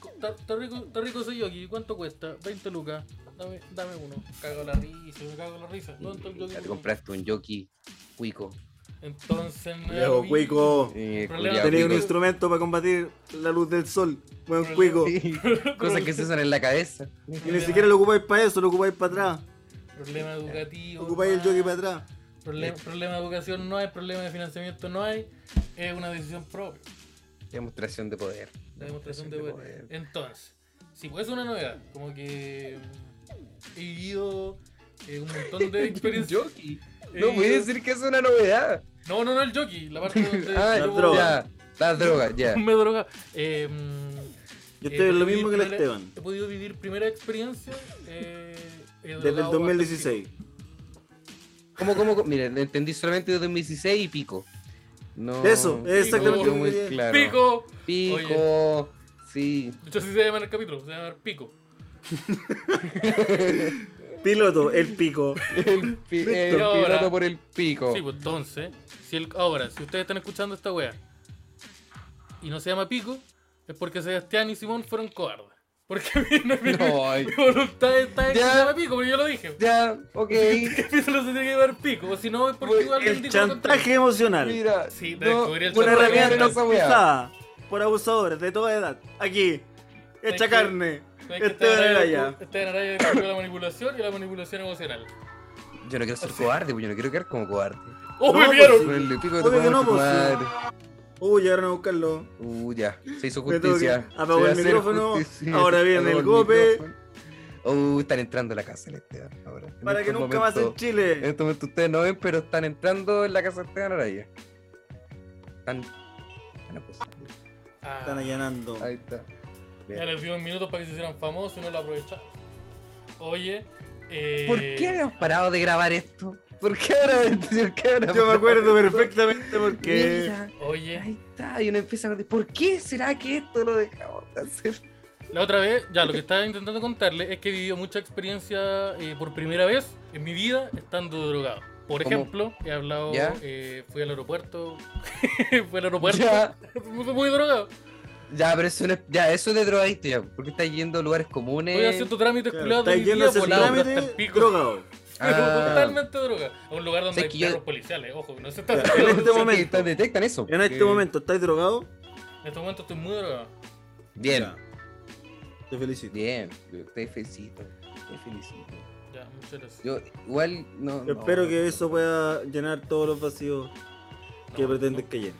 B: Co- Está está rico, está rico ese yogi, ¿cuánto cuesta? 20 lucas. Dame, dame uno. Cago en la risa, me cago en la risa. ¿Dónde está
A: Ya
B: el
A: te
B: yogi?
A: compraste un jockey cuico.
B: Entonces, me da lo
C: Viejo
B: mismo.
C: cuico.
A: Eh,
B: Problema-
A: culiao,
C: Tenéis un
A: cuico.
C: instrumento para combatir la luz del sol. Buen
B: Problema-
C: cuico.
A: Sí, Cosas que se usan en la cabeza.
C: Y ni siquiera lo ocupáis para eso, lo ocupáis para atrás.
B: Problema educativo.
C: Ocupáis el
B: más.
C: jockey para atrás.
B: Problema,
A: Eh,
B: problema de educación no hay, problema de financiamiento no hay, es una decisión propia,
A: Demostración de poder.
B: la demostración de poder. Entonces, si pues es una novedad, como que mm, he vivido eh, un montón de
A: Un
B: experiencias.
A: jockey.
B: he
A: No voy a
B: vivido-
A: decir que es una novedad.
B: No, no, no, el jockey, eh, la parte donde
A: Ah,
B: yo
C: las drogas.
A: ya. Las drogas, ya.
B: me droga. Eh, mm,
C: Yo
B: he
C: estoy en lo
B: podido
C: mismo que el
B: vivir primera-
C: Esteban.
B: He podido vivir primera experiencia eh, he
C: Desde el
B: drogado
C: 2016.
A: ¿Cómo, cómo, cómo? Mira, le entendí solamente de 2016 y pico. No,
C: Eso,
A: no
C: exactamente
A: quedó
C: lo
A: muy
C: que quería.
A: claro.
B: bastante. ¡Pico!
A: Pico, sí.
B: De hecho, así se llama en el capítulo, se llama Pico.
C: Piloto, el pico.
A: El, pi- el
B: Y eh, ahora-
A: piloto por el pico.
B: Sí, pues entonces, si el- ahora, si ustedes están escuchando esta wea y no se llama Pico, es porque Sebastián y Simón fueron cobardes. Porque mi, mi-
A: No, ay.
B: mi voluntad está en que
A: Ya.
B: se llama Pico, porque yo lo dije.
A: Ya, ok.
B: El capítulo se tiene que llamar Pico, o si no es porque
A: Pues,
B: igual alguien
C: El
B: dijo
C: chantaje emocional.
A: Mira,
B: Sí, de
A: no,
B: descubrir el
A: una
C: Una
B: chantaje
A: herramienta
C: herramienta
B: emocional.
A: esa weá.
C: usada por abusadores de toda edad. Aquí,
B: Es que-
C: hecha carne.
B: Este
C: Esteban era allá.
B: Este era ya descubrió la manipulación y la manipulación emocional.
A: Yo no quiero ser cobarde, pues yo no quiero quedar como cobarde.
B: ¡Oh,
C: No,
B: me
C: pues,
B: vieron!
A: Por el pico de tu
C: Obvio
A: madre,
C: que no,
A: tu
C: pues,
A: madre.
C: Uy, llegaron a buscarlo.
A: Uh, ya, se hizo
C: Me tengo que-
A: justicia. Se
C: apagó
A: va
C: el
A: a hacer
C: micrófono, ahora viene
A: apagó
C: el golpe.
A: micrófono. Uh, están entrando a la casa de Esteban ahora. En
C: Para que
A: estos
C: nunca más en
A: momentos- En
C: Chile.
A: este momento ustedes no ven, pero están entrando en la casa de Esteban Araya. Están. están acosando.
B: Ah,
C: Están allanando.
A: Ahí está.
B: ya
A: Bien.
B: les dio un minuto para que se hicieran famosos y no lo aprovecharon. Oye, eh,
A: ¿Por qué habían parado de grabar esto? ¿Por qué ahora? por qué ahora-
C: Yo me acuerdo perfectamente porque.
A: Mira,
B: Oye.
A: Ahí está, y uno empieza a decir, ¿por qué será que esto lo dejamos de hacer?
B: La otra vez, ya lo que estaba intentando contarle es que he vivido mucha experiencia eh, por primera vez en mi vida estando drogado. Por
A: ¿Cómo?
B: ejemplo, he hablado,
A: ¿Ya?
B: eh, fui al aeropuerto, fui al aeropuerto,
A: Ya,
B: fui muy drogado.
A: ya, pero eso no es, ya, eso es de drogadicto ya, porque está yendo a lugares comunes.
B: Voy haciendo trámites
C: Claro,
B: culiados
C: Está
B: de mi
C: yendo
B: vida
C: a hacer
B: volado hasta el
C: trámite
B: pico.
C: drogado.
B: Pero
A: Ah.
B: Totalmente drogado. A un lugar donde
A: Sé
B: hay
A: que yo-
B: perros policiales, ojo, que no se está
C: Ya,
B: drogado.
C: En este
A: Sí,
C: momento.
A: están- detectan eso.
C: En este
A: que-
C: momento, ¿estáis drogado?
B: En este momento estoy muy drogado.
A: Bien,
C: Ya. Te felicito.
A: bien, te felicito, te felicito.
B: Ya, muchas gracias.
A: Yo igual no. no,
C: Espero
A: no,
C: que eso pueda llenar todos los vacíos que
B: No,
C: pretendes
B: no.
C: que llene.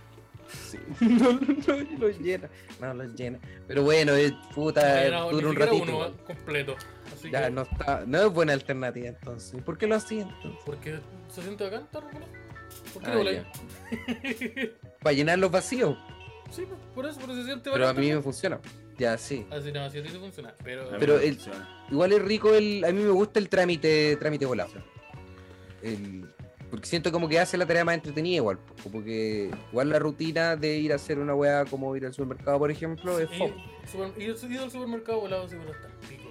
A: sí. No, no, no, lo llena. No lo llena. Pero bueno, es puta,
B: Oye, no, ni
A: dura un
B: siquiera
A: ratito.
B: uno
A: igual.
B: eh, completo. Así
A: ya
B: que,
A: no está, no es buena alternativa entonces. ¿Por qué lo hacía entonces?
B: porque se siente acá, está regular. ¿Por qué
A: Ah,
B: no voláis?
A: ya. Para llenar los vacíos.
B: Sí, pues, por eso, por eso se siente
A: Pero a
B: bacán,
A: mí
B: ¿no?
A: me funciona. Ya, sí.
B: Así no, así a ti te funciona. Pero,
A: Pero el- Igual es rico el. A mí me gusta el trámite, trámite volado. El- porque siento como que hace la tarea más entretenida igual. po. Como que igual la rutina de ir a hacer una weá como ir al supermercado, por ejemplo, es fome.
B: he, super- he ido- he ido al supermercado volado seguro hasta el pico.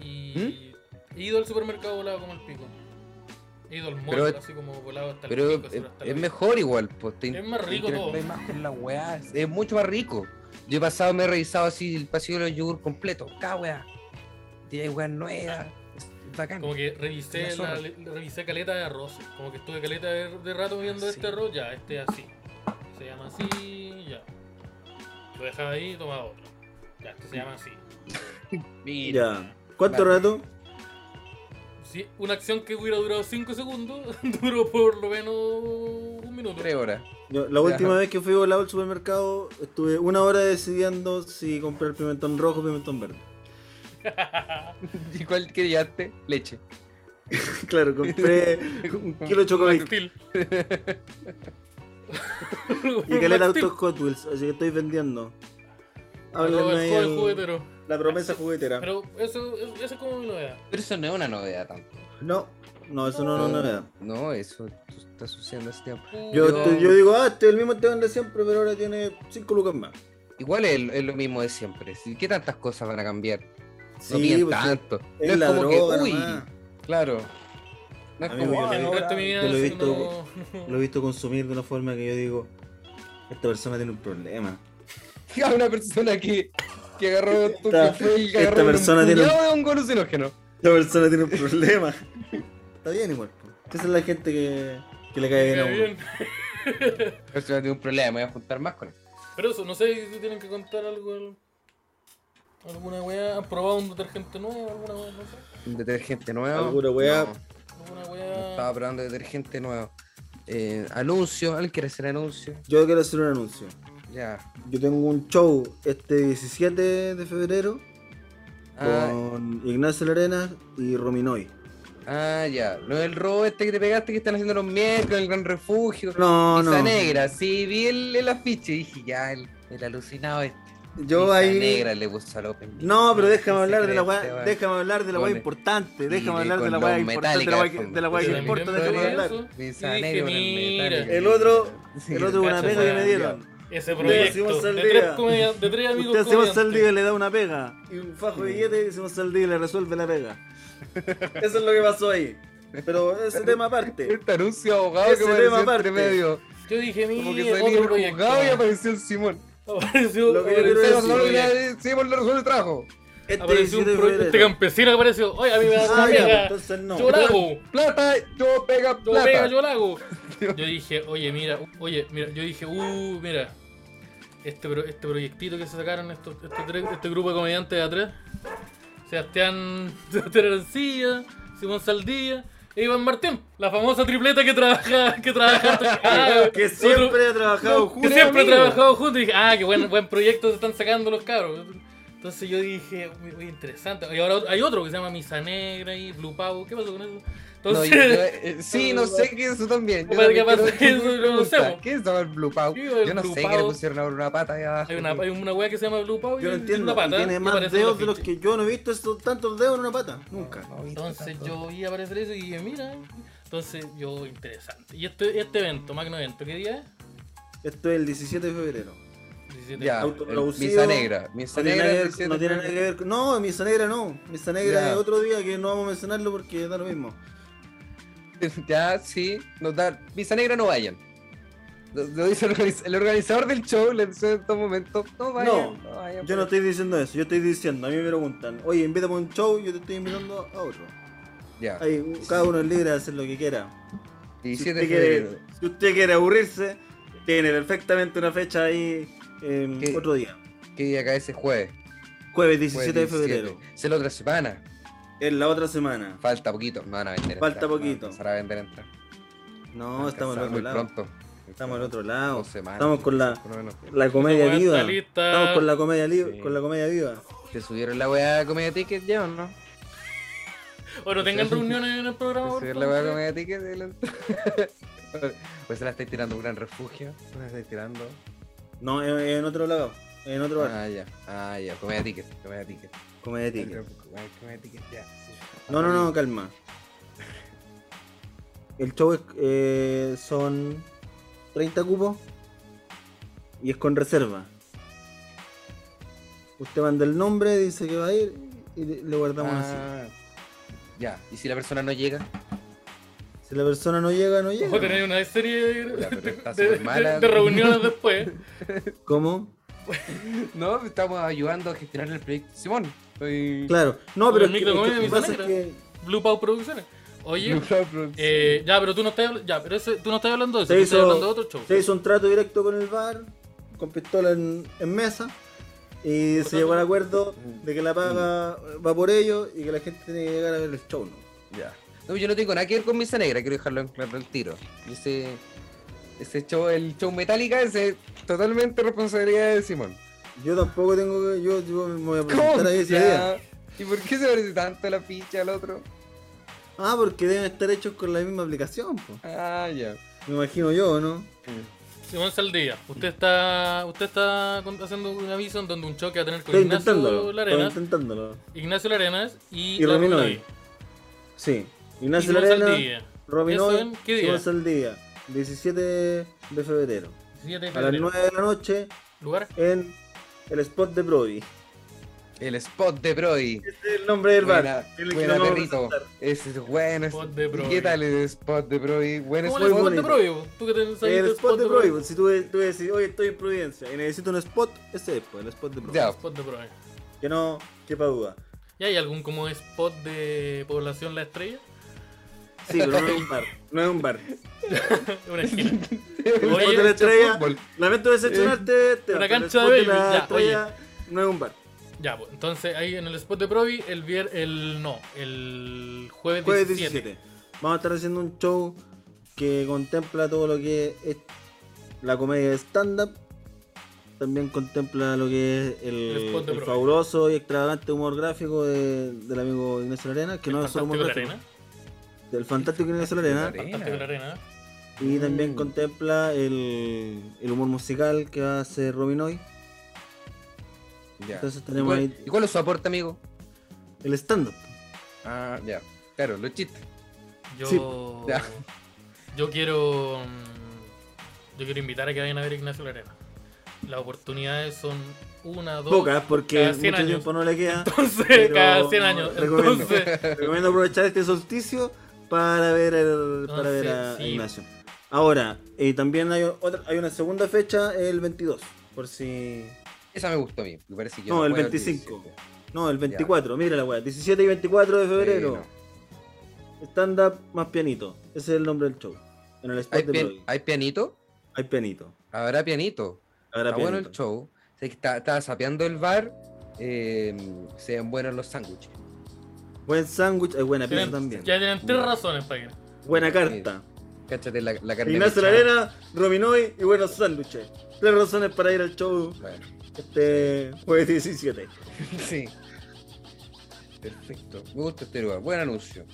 B: Y
A: ¿Mm?
B: he ido al supermercado volado como el pico. He ido al mall
A: Pero-
B: así como volado hasta el
A: Pero
B: pico.
A: es,
B: seguro hasta la
A: es
B: pico.
A: mejor igual, pues. te
B: Es más rico
A: interactúas
B: todo.
A: más con la weá, es- Es mucho más rico. Yo he pasado, me he revisado así el pasillo de los yogur completo. Cada weá. Tiene weá nueva. Bacán.
B: Como que revisé,
A: Una
B: la,
A: zorra.
B: revisé caleta de arroz. Como que estuve caleta de, de rato viendo
A: Ah, Sí.
B: este arroz, ya, este así. Se llama así, ya. Lo dejaba ahí y tomaba otro. Ya, este se
A: Mm.
B: llama así.
A: Mira.
C: Ya. ¿Cuánto
A: Vale.
C: rato?
B: Si una acción que hubiera durado 5 segundos, duró por lo menos un minuto.
A: Tres horas.
C: Yo, la
A: Ya.
C: última vez que fui volado al supermercado, estuve una hora decidiendo si comprar pimentón rojo o pimentón verde.
A: ¿Y cuál que llevaste? Leche.
C: claro, compré un kilo de chocomilk
B: Steel.
C: y caleta de autos Hot Wheels, así que estoy vendiendo. Háblenme ahí al-
B: juguetero.
C: la promesa juguetera.
B: Pero eso, eso, eso es como mi novedad.
A: Pero eso no es una novedad tampoco.
C: No, no, eso no, no es novedad.
A: No, eso está sucediendo hace tiempo.
C: Yo,
A: Yo-
C: te- yo digo, ah, este es el mismo Esteban de siempre, pero ahora tiene 5 lucas más.
A: Igual es, es lo mismo de siempre. ¿sí? ¿Qué tantas cosas van a cambiar?
C: Sí,
A: No piden
C: pues,
A: tanto. No
C: es la droga,
A: uy,
C: nomás.
A: claro. No es
C: Amigo,
A: como,
C: yo
A: ah,
B: el
C: no,
B: resto de mi vida
C: yo lo he
B: así
C: visto,
B: no-
C: Lo he visto consumir de una forma que yo digo, esta persona tiene un problema.
A: a una persona que, que agarró tu
C: Esta-
A: café y que
C: esta
A: agarró
C: persona
A: un
C: tiene un-
A: puñado de un alucinógeno.
C: Esta persona tiene un problema. Está bien igual. po. Esa es la gente que, que le cae bien a
B: Queda
C: uno.
B: bien.
A: Esta persona tiene un problema, me voy a juntar más con él.
B: Pero eso, no sé si tienen que contar algo. al- Alguna weá, ¿han probado un detergente nuevo? ¿Alguna weá? No sé.
A: Un detergente nuevo.
C: Alguna weá.
A: No,
B: ¿Alguna
A: no estaba
B: weá?
A: probando detergente nuevo. Eh, anuncio, ¿alguien quiere hacer anuncio?
C: Yo quiero hacer un anuncio.
A: Ya.
C: Yo tengo un show este 17 de febrero
A: Ah,
C: con Ignacio Larena y Rominoy.
A: ah, ya. No es el robo este que te pegaste que están haciendo los miércoles, el gran refugio.
C: No,
A: Pizza
C: no.
A: negra, sí, vi el, el afiche y dije, ya, el, el alucinado este.
C: Yo
A: Pizza
C: ahí.
A: negra le puso al Open.
C: No, pero déjame
A: Se
C: hablar de
A: cree
C: la weá,
A: este, weón.
C: déjame hablar de la weá
A: Pone-
C: importante,
A: Y
C: déjame hablar de
A: con
C: la
A: los
C: weá importante, de la
A: Metallica
C: weá que-
A: al
C: de la weá que
A: fondo.
C: importa,
B: Pero
C: déjame
B: también
C: hablar.
B: eso.
A: Pizza
B: Y dije,
A: negra con el
B: mira,
A: Metallica.
C: El otro,
A: Sí,
C: el otro una
B: cacho,
C: pega que me
B: weón.
C: dieron.
B: Ese
C: hicimos
B: proyecto. De
C: saldía.
B: tres, comedia- de tres amigos
C: Usted hace más al
B: comediantes.
C: día le da una pega. Y un fajo de billete y se más al día le resuelve la pega. Eso es lo que pasó ahí. Pero ese tema aparte.
A: Este anuncio de abogado
C: Ese
A: que
C: tema
A: apareció
C: aparte.
A: entre medio.
B: Yo dije, mira,
A: Como que
B: otro
A: salí del
B: proyecto.
A: juzgado y apareció el Simón.
B: Apareció,
C: pues. Lo que yo quiero
A: Pero
B: apareció
C: decir,
B: otro
A: no lo
B: proyecto.
A: Simón le resuelve el trabajo.
C: Este
B: Apareció un
C: 17 de
B: pro- este
C: febrero.
B: campesino que apareció. Oye, a mí me da una
C: Ah, ya,
B: pega.
C: entonces no.
B: Yo la hago.
A: Plata, yo pega
B: Yo la pega,
A: plata.
B: yo la hago. Yo dije, oye, mira, oye, mira, yo dije, uh, mira. Este, pro- este proyectito que se sacaron estos, estos tres- este grupo de comediantes de atrás. Sebastián, Sebastián Arancilla, Simón Saldía e Iván Martín. La famosa tripleta que trabaja, que trabaja. Ah,
C: Que
B: otro-
C: siempre ha trabajado
B: que
C: juntos.
B: siempre he
A: amigos.
B: trabajado juntos y dije, ah, qué buen, buen proyecto se están sacando los cabros. Entonces yo dije, uy, uy, interesante. Y ahora otro- hay otro que se llama Misa Negra y Blue Pavo. ¿Qué pasó con eso?
A: No,
B: Entonces,
A: yo- yo- eh, sí, no sé qué es eso también. Yo
B: Para
A: también
B: que pase
A: quiero-
B: eso, no lo sé, po.
A: ¿Qué es eso el Blue Pau?
B: Sí, el
A: Yo no
B: Blue
A: sé
B: Pau.
A: qué le pusieron ahora una pata ahí abajo.
B: hay, una, hay una weá que se llama Blue Pavo y
C: Yo no
B: tiene una
C: entiendo. y
B: pata.
C: Tiene
B: que
C: más
B: aparece en el
C: dedos de los
B: afiche.
C: que yo no he visto esos tantos dedos en una pata. Nunca.
A: No, viste,
B: Entonces
A: tanto.
B: yo vi aparecer eso y dije, mira. Entonces yo, interesante. ¿Y este, este evento, Magno Evento, qué día
C: Esto es el 17 de febrero.
B: es? 17.
A: Ya, el-
C: Autoproducido.
A: misa negra. Misa
C: No tiene,
A: negra.
C: nada que ver,
A: dice-
C: no tiene nada que ver con- No, Misa Negra no. Misa Negra
A: Ya.
C: es otro día que no vamos a mencionarlo porque da lo mismo.
A: Ya, sí, nos da. Misa negra no vayan. Lo, lo dice el, organiz- el organizador del show, le dice en todo momento, no vayan. No, vayan, pues".
C: Yo no estoy diciendo eso, yo estoy diciendo, a mí me preguntan, oye, invítame a un show, yo te estoy invitando a otro.
A: Ya.
C: Ahí, u- cada uno es libre de hacer lo que quiera. Si
A: 17
C: usted
A: de
C: quiere,
A: febrero.
C: si usted quiere aburrirse, tiene perfectamente una fecha ahí em,
A: ¿Qué?
C: otro día.
A: Que día cae ese jueves?
C: Jueves
A: Jueves
C: 17 de
A: 17.
C: febrero.
A: Es la otra semana.
C: Es la otra semana.
A: Falta poquito, no van a vender.
C: Falta
A: entradas,
C: poquito.
A: van a empezar a vender entradas. Van
C: No,
A: a
C: estamos
A: alcanzar
C: al otro
A: muy
C: lado.
A: pronto.
C: Estamos al otro lado.
A: Dos semanas,
C: Estamos con la,
A: por lo menos.
C: la comedia
B: Esa weá
C: viva.
B: está lista.
C: Estamos con la comedia, li-
A: Sí.
C: con la comedia viva.
A: ¿Te subieron la weá de comedia ticket ya o no?
B: O no tengan reuniones en el programa. por
A: Subir la weá de
B: favor.
A: comedia ticket. y la- Pues se la estáis tirando un gran refugio. Se la estáis tirando.
C: No, en, en otro lado. En otro bar.
A: Ah, ya. Ah, ya. Comedia ticket. Comedia ticket.
C: Comedia ticket.
A: Comedia- comedia ticket, ya, sí.
C: No, no, no, calma. El show es, eh, son 30 cupos y es con reserva. Usted manda el nombre, dice que va a ir y le le guardamos así.
A: Ah, Ya. ¿Y si la persona no llega?
C: Si la persona no llega, no
B: Ojo,
C: llega.
B: tenéis una serie de,
A: Puta, pero está
B: de-
A: súper mala.
B: de- de reuniones después.
C: ¿Cómo?
A: No, pues, estamos ayudando a gestionar el proyecto. Simón. Estoy...
C: Claro. No, pero
B: El
C: es que-
B: micro
C: es
B: comedia
C: que lo que
B: de
C: pasa es
B: Misionera.
C: que
B: Blue Pow Producciones. Oye, eh, ya, pero tú no estás, habl- ya, pero ese- tú no estás hablando de eso,
C: Se
B: tú
C: hizo-
B: estás hablando de otro show.
C: Se hizo un trato directo con el bar, con pistola en, en mesa, y se llegó al acuerdo de que la paga va por ellos y que la gente tiene que llegar a ver el show. ¿no?
A: Ya. No, yo no tengo nada que ver con Misa Negra, quiero dejarlo en claro al tiro. Ese, ese show, el show Metallica, ese es totalmente responsabilidad de Simón.
C: Yo tampoco tengo que. Yo, yo me voy a presentar ahí ese día.
A: Ya. ¿Y por qué se parece tanto la ficha al otro?
C: Ah, porque deben estar hechos con la misma aplicación, po.
A: Ah, ya.
C: me imagino yo, ¿no?
B: Simón Saldía, usted está, usted está con- haciendo un aviso en donde un show que va a tener con Pues
C: Estoy
B: Ignacio
C: intentándolo. Estoy
B: Larenas,
C: intentándolo.
B: Ignacio Larenas y,
C: Y Romino
B: Larry Noy.
C: Sí.
B: Y
C: Ignacio
B: Simón
C: Larena,
B: Saldía.
C: Robin
B: ¿Eso
C: Hoy,
B: en qué día?
C: día 17 de febrero.
B: 17 de
C: A las
B: febrero.
C: 9 de la noche
B: ¿Lugar?
C: en el spot de Brody.
A: El spot de Brody.
C: Este es el nombre del
A: Buena,
C: bar. El que
A: buena,
C: nos vamos a
A: perrito.
C: presentar.
A: Ese es bueno. ese-
B: Spot de
A: ¿y
B: Brody.
A: ¿Qué tal el spot de Brody? Buen
B: ¿Cómo
A: spot.
B: le fue
C: muy
B: el de
C: bonito.
B: Provivo? ¿Tú que tenés ahí
C: El
B: tu
C: spot de
B: Provivo?
C: Brody. pues, Si tú, tú decís, oye, estoy en Providencia y necesito un spot, ese es pues, el spot de Brody.
A: Ya.
B: Spot de Provivo.
C: Que no, quepa duda.
B: ¿Y hay algún como spot de población La Estrella?
C: Sí, pero no es un bar. No es un bar.
B: Una esquina.
A: El
B: Oye,
A: spot de la estrella. fútbol.
C: Lamento decepcionarte. te
B: una
C: vas, pero el
B: cancha
C: spot
B: de
C: la
B: baby, ya,
C: estrella No es un bar.
B: Ya, pues, entonces ahí en el spot de Provi, el vier... el no, el jueves,
C: Jueves
B: 17.
C: 17. Vamos a estar haciendo un show que contempla todo lo que es la comedia de stand-up. También contempla lo que es el,
B: El spot de
C: el
B: Brody.
C: fabuloso y extravagante humor gráfico de- del amigo Ignacio Arena, que
B: El
C: no es solo humor
B: fantástico de la
C: gráfico.
B: arena.
C: Del fantástico Ignacio Arena.
A: Arena.
B: Fantástico de la arena.
C: Y también
A: Mm.
C: contempla el, el humor musical que va a hacer Robin hoy.
A: Ya.
C: Entonces
A: ¿Y
C: tenemos
A: cuál-
C: ahí
A: ¿Y cuál es su aporte, amigo?
C: el stand-up.
A: Ah, ya. Claro, los chistes.
B: Yo.
C: Sí, ya.
B: Yo quiero. mm, Yo quiero invitar a que vayan a ver Ignacio Larena. Las oportunidades son una, dos.
C: Pocas, porque
B: cada
C: mucho
B: 100 años.
C: tiempo no le queda.
B: Entonces,
C: pero
B: cada 100 años.
C: recomiendo.
B: Entonces,
C: Recomiendo aprovechar este solsticio para ver, el-
B: No
C: para
B: sé,
C: ver a
B: sí.
C: Ignacio. Ahora, eh, también hay, otra, hay una segunda fecha, el 22, por si...
A: Esa me gustó a mí. Me parece que yo
C: No, el
A: puedo al
C: 25.
A: 17.
C: No, el 24, mira la weá, 17 y 24 de febrero.
A: Sí, no.
C: Stand-up más pianito, ese es el nombre del show. En el spot
A: ¿Hay,
C: de
A: pia-
C: Brody.
A: hay pianito?
C: Hay pianito.
A: Habrá pianito.
C: Habrá
A: Está bueno el
C: pianito.
A: show. Sé que está- Estaba sapeando el bar. eh, se ven buenos los sándwiches.
C: Buen sándwich, hay buena pizza
B: tienen-
C: también.
B: ya tienen tres razones para ir.
C: Buena carta.
A: Cáchate la, la carne.
C: Ignacio
A: mechada.
C: Larena, Rominoy y buenos sándwiches. Tres razones para ir al show
A: Bueno,
C: este jueves 17.
A: sí. Perfecto. Me gusta este lugar. Buen anuncio.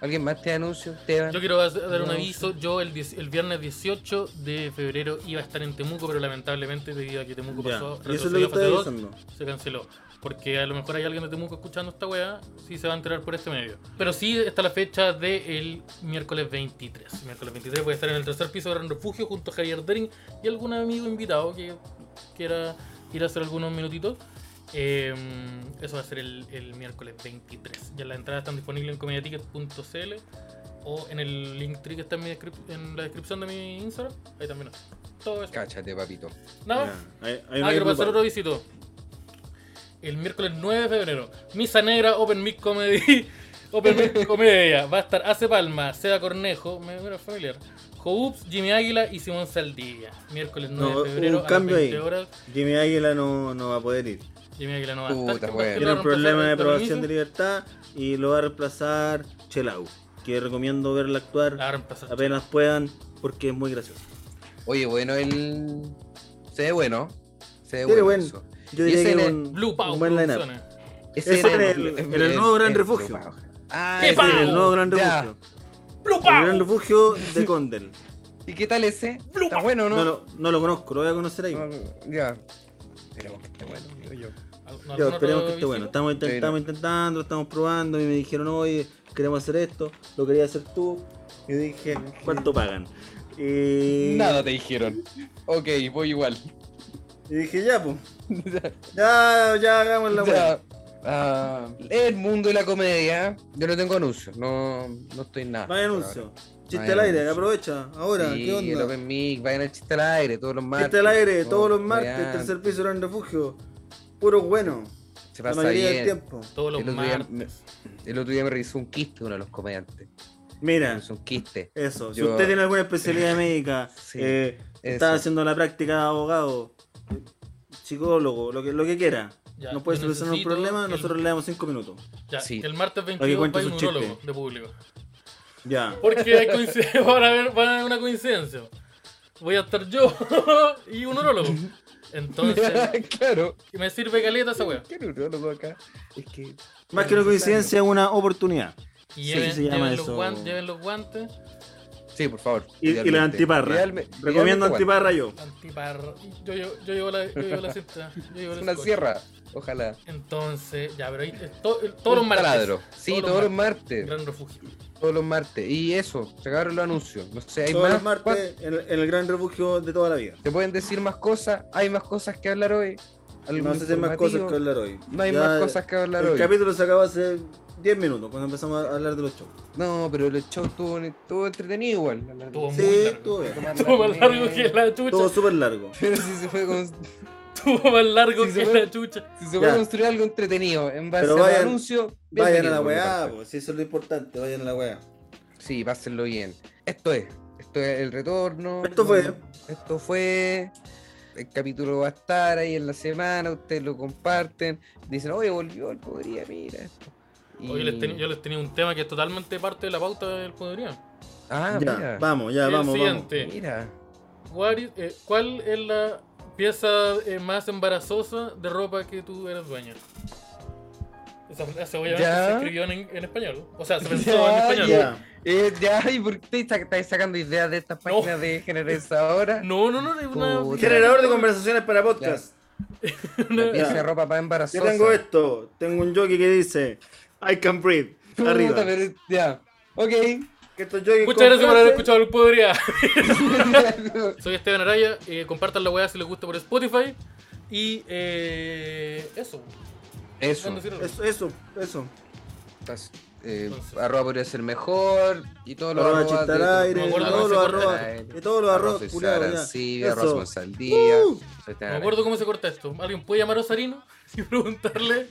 A: ¿Alguien más te anuncio? Esteban.
B: Yo quiero hacer- dar un
A: No,
B: aviso. Yo el, 10 el viernes 18 de febrero iba a estar en Temuco, pero lamentablemente debido a que Temuco
C: Ya,
B: pasó
C: y eso es lo que
B: retrocedió a
C: estoy
B: fase 2,
C: avisando.
B: se canceló. Porque a lo mejor hay alguien de Temuco escuchando esta weá, sí se va a enterar por este medio. Pero sí está la fecha del miércoles 23. El miércoles 23 voy a estar en el tercer piso de Gran Refugio junto a Javier Dering y algún amigo invitado que quiera ir a hacer algunos minutitos. Eh, eso va a ser el, el miércoles 23. Ya las entradas están disponibles en comediaticket.cl o en el link que está en, mi descrip- en la descripción de mi Instagram. Ahí también está. Todo eso.
A: Cáchate, papito.
B: Nada. más.
C: Ya, ahí- ahí no
B: Ah,
C: hay
B: quiero pasar
C: culpa.
B: otro visito. El miércoles 9 de febrero. Misa Negra, Open Mic Comedy. Open Mic Comedia. Va a estar Ace Palma, Seda Cornejo, me era familiar. Jobs, Jimmy Águila y Simón Saldivia. Miércoles 9
C: No,
B: de febrero.
C: hubo un cambio
B: a las
C: ahí.
B: 20 horas.
C: Jimmy Águila no, no va a poder ir.
B: Jimmy Águila no va a estar.
A: Puta,
B: capaz
A: weón.
B: que
A: Pero
C: Tiene
B: lo
C: un
B: va a reemplazar
C: problema de
B: Héctor
C: aprobación de
B: Nissen.
C: libertad y lo va a reemplazar Chelau, que recomiendo verla
B: La va a
C: actuar
B: reemplazar.
C: apenas puedan porque es muy gracioso.
A: Oye, bueno, el. Se ve bueno. Se ve
C: Tiene
A: bueno.
C: buen,
A: eso.
C: yo
A: Y
C: diría
A: ese
C: que
A: en
C: un,
B: Blue Power
C: un buen line-up.
A: Ese
C: Ese
A: era
C: en el- en el nuevo Gran Refugio.
A: Ah,
B: ¡Qué
A: ese
B: pavo!
A: era
C: El nuevo Gran
A: Ya.
C: Refugio.
B: Blue
C: El Gran
B: Power.
C: Refugio de Condel.
A: ¿Y qué tal ese? Está bueno,
C: No,
A: ¿no?
C: lo, no lo conozco, lo voy a conocer ahí.
A: No, no, ya. Esperemos que esté bueno, digo yo.
B: ¿Algún
C: Ya,
B: otro
C: esperemos que esté
B: visito?
C: bueno. Estamos, intent-
A: Sí, no.
C: estamos intentando, estamos probando y me dijeron, oye, queremos hacer esto, lo quería hacer tú. Y dije, ¿cuánto pagan? Y...
A: Nada te dijeron. Ok, voy igual.
C: Y dije, ya, pues. ya, ya hagamos la
A: O sea,
C: weá.
A: ah, el mundo de la comedia. Yo no tengo anuncios, no, no estoy en nada.
C: No hay
A: por
C: anuncio.
A: ahora.
C: Chiste
A: hay
C: al aire,
A: anuncio.
C: aprovecha. Ahora,
A: Sí,
C: ¿qué
A: el
C: onda?
A: Open Mic, vayan al chiste al aire todos los martes.
C: Chiste al aire, todos los
A: Oh,
C: martes,
A: vayan.
C: tercer piso gran refugio. Puro bueno.
A: se
C: La
A: pasa
C: mayoría
A: bien.
C: del tiempo.
B: Todos los
A: El otro, día,
B: martes.
A: me- el otro día me revisó un quiste uno de los comediantes. Me
C: Mira,
A: revisó un quiste.
C: eso. Si
A: Yo-
C: usted tiene alguna especialidad médica,
A: Sí,
C: eh, está
A: eso.
C: haciendo la práctica de abogado, eh, psicólogo, lo que, lo que quiera.
B: Ya,
C: Nos puede
B: yo
C: solucionar un
B: necesito
C: problema,
B: que-
C: nosotros le damos 5 minutos.
B: Ya,
A: Sí.
B: que el martes
C: Oye,
B: 22
C: cuenta
B: va a ir
C: su
B: un
C: chiste.
B: urólogo de público.
C: Ya.
B: Porque hay coincidencia, van, a haber- van a haber una coincidencia. Voy a estar yo y un urólogo. Entonces,
A: claro.
B: me sirve caleta esa wea.
A: ¿Qué neurólogo acá? Es que.
C: Más que una coincidencia, es una oportunidad.
B: Y
C: Sí,
B: lleven,
C: se llama
B: lleven los
C: eso.
B: guantes, lleven los guantes.
A: Sí, por favor.
C: Y, y la
A: idealmente.
C: antiparra.
A: Idealme-
C: Recomiendo
A: idealmente,
C: antiparra yo.
B: Antiparra. Yo, llevo- yo, llevo la, yo llevo la cinta. Yo llevo
A: bueno,
B: el
A: Una
B: scotch.
A: sierra. Ojalá.
B: Entonces, ya, pero ahí, to- todos los
A: Un
B: martes.
A: taladro. Sí, todos, los martes.
B: Gran refugio.
A: Todos los martes. Y eso, se acabaron los anuncios. No sé, hay
C: Todos
A: más.
C: los martes en, el- en el gran refugio de toda la vida.
A: ¿Te pueden decir más cosas? ¿Hay más cosas que hablar hoy? ¿Algún
C: No sé si hay más cosas
A: informativo?
C: que hablar hoy.
A: No hay
C: Ya
A: más cosas que hablar
C: El
A: hoy.
C: capítulo se acabó hace 10 minutos cuando empezamos a hablar de los shows.
A: No, pero el show estuvo, estuvo entretenido igual.
B: Estuvo muy
C: Sí,
B: largo.
C: estuvo bien.
B: Estuvo más largo que la
C: Todo
B: chucha.
C: súper largo.
A: Pero si se fue, con-
B: Estuvo más largo
A: Sí,
B: que
A: se fue.
B: la chucha.
A: si se
C: Ya.
A: fue a construir algo entretenido en base
C: Pero
A: a
C: vayan-
A: un anuncio,
C: Vayan a
A: bienvenido
C: la
A: por mi
C: weá,
A: parte.
C: pues, si eso es lo importante, vayan a la weá.
A: Sí, pásenlo bien. Esto es. Esto es el retorno.
C: Esto fue.
A: Esto fue. El capítulo va a estar ahí en la semana. Ustedes lo comparten. Dicen, oye, volvió el podría, mira. esto". Y-
B: Hoy yo les, tenía- yo les tenía un tema que es totalmente parte de la pauta del poderío.
A: Ah,
C: Ya,
A: mira.
C: vamos, ya,
B: El
C: vamos, vamos.
B: siguiente.
A: Mira.
B: What is- eh, ¿Cuál es la pieza eh, más embarazosa de ropa que tú eres dueña? Esa frase obviamente
A: Ya.
B: se escribió en, en español. O sea, se pensó
A: Ya,
B: en español.
C: Ya.
A: Eh, ya, ¿y por qué está- estáis sacando ideas de estas páginas de generes ahora?
B: No, no, no, es una.
A: Puta.
C: Generador de conversaciones para podcast.
A: La pieza
C: Ya.
A: de ropa para
C: Yo
A: embarazosa.
C: tengo esto. Tengo un jockey que dice I can breathe.
A: Puta,
C: Arriba.
A: pero- ya. Ok.
C: Que estos jockeys
B: Muchas gracias por haber
C: con
B: escuchado el podría. Soy Esteban Araya. eh, compartan la weá si les gusta por Spotify. Y eh, eso.
A: Eso.
B: Bueno, sí,
C: frases- Eso, eso, eso.
A: Estás, eh,
B: Entonces.
A: arroba podría ser mejor. Y todos los
C: Arroba
A: arrobas de-
C: chistar aire,
B: me acuerdo
C: todos
B: cómo
C: los
B: se
C: arrobas,
A: corta el-
C: de todos los
A: Arroba
C: arrobas,
A: soy
C: culiao,
A: Sara
C: ya.
A: Sibia,
C: Eso.
A: arroba soy Saldía,
C: Uh.
A: soy Esteban
B: Me
A: Araya.
B: acuerdo cómo se corta esto. ¿Alguien puede llamar a Osarino y preguntarle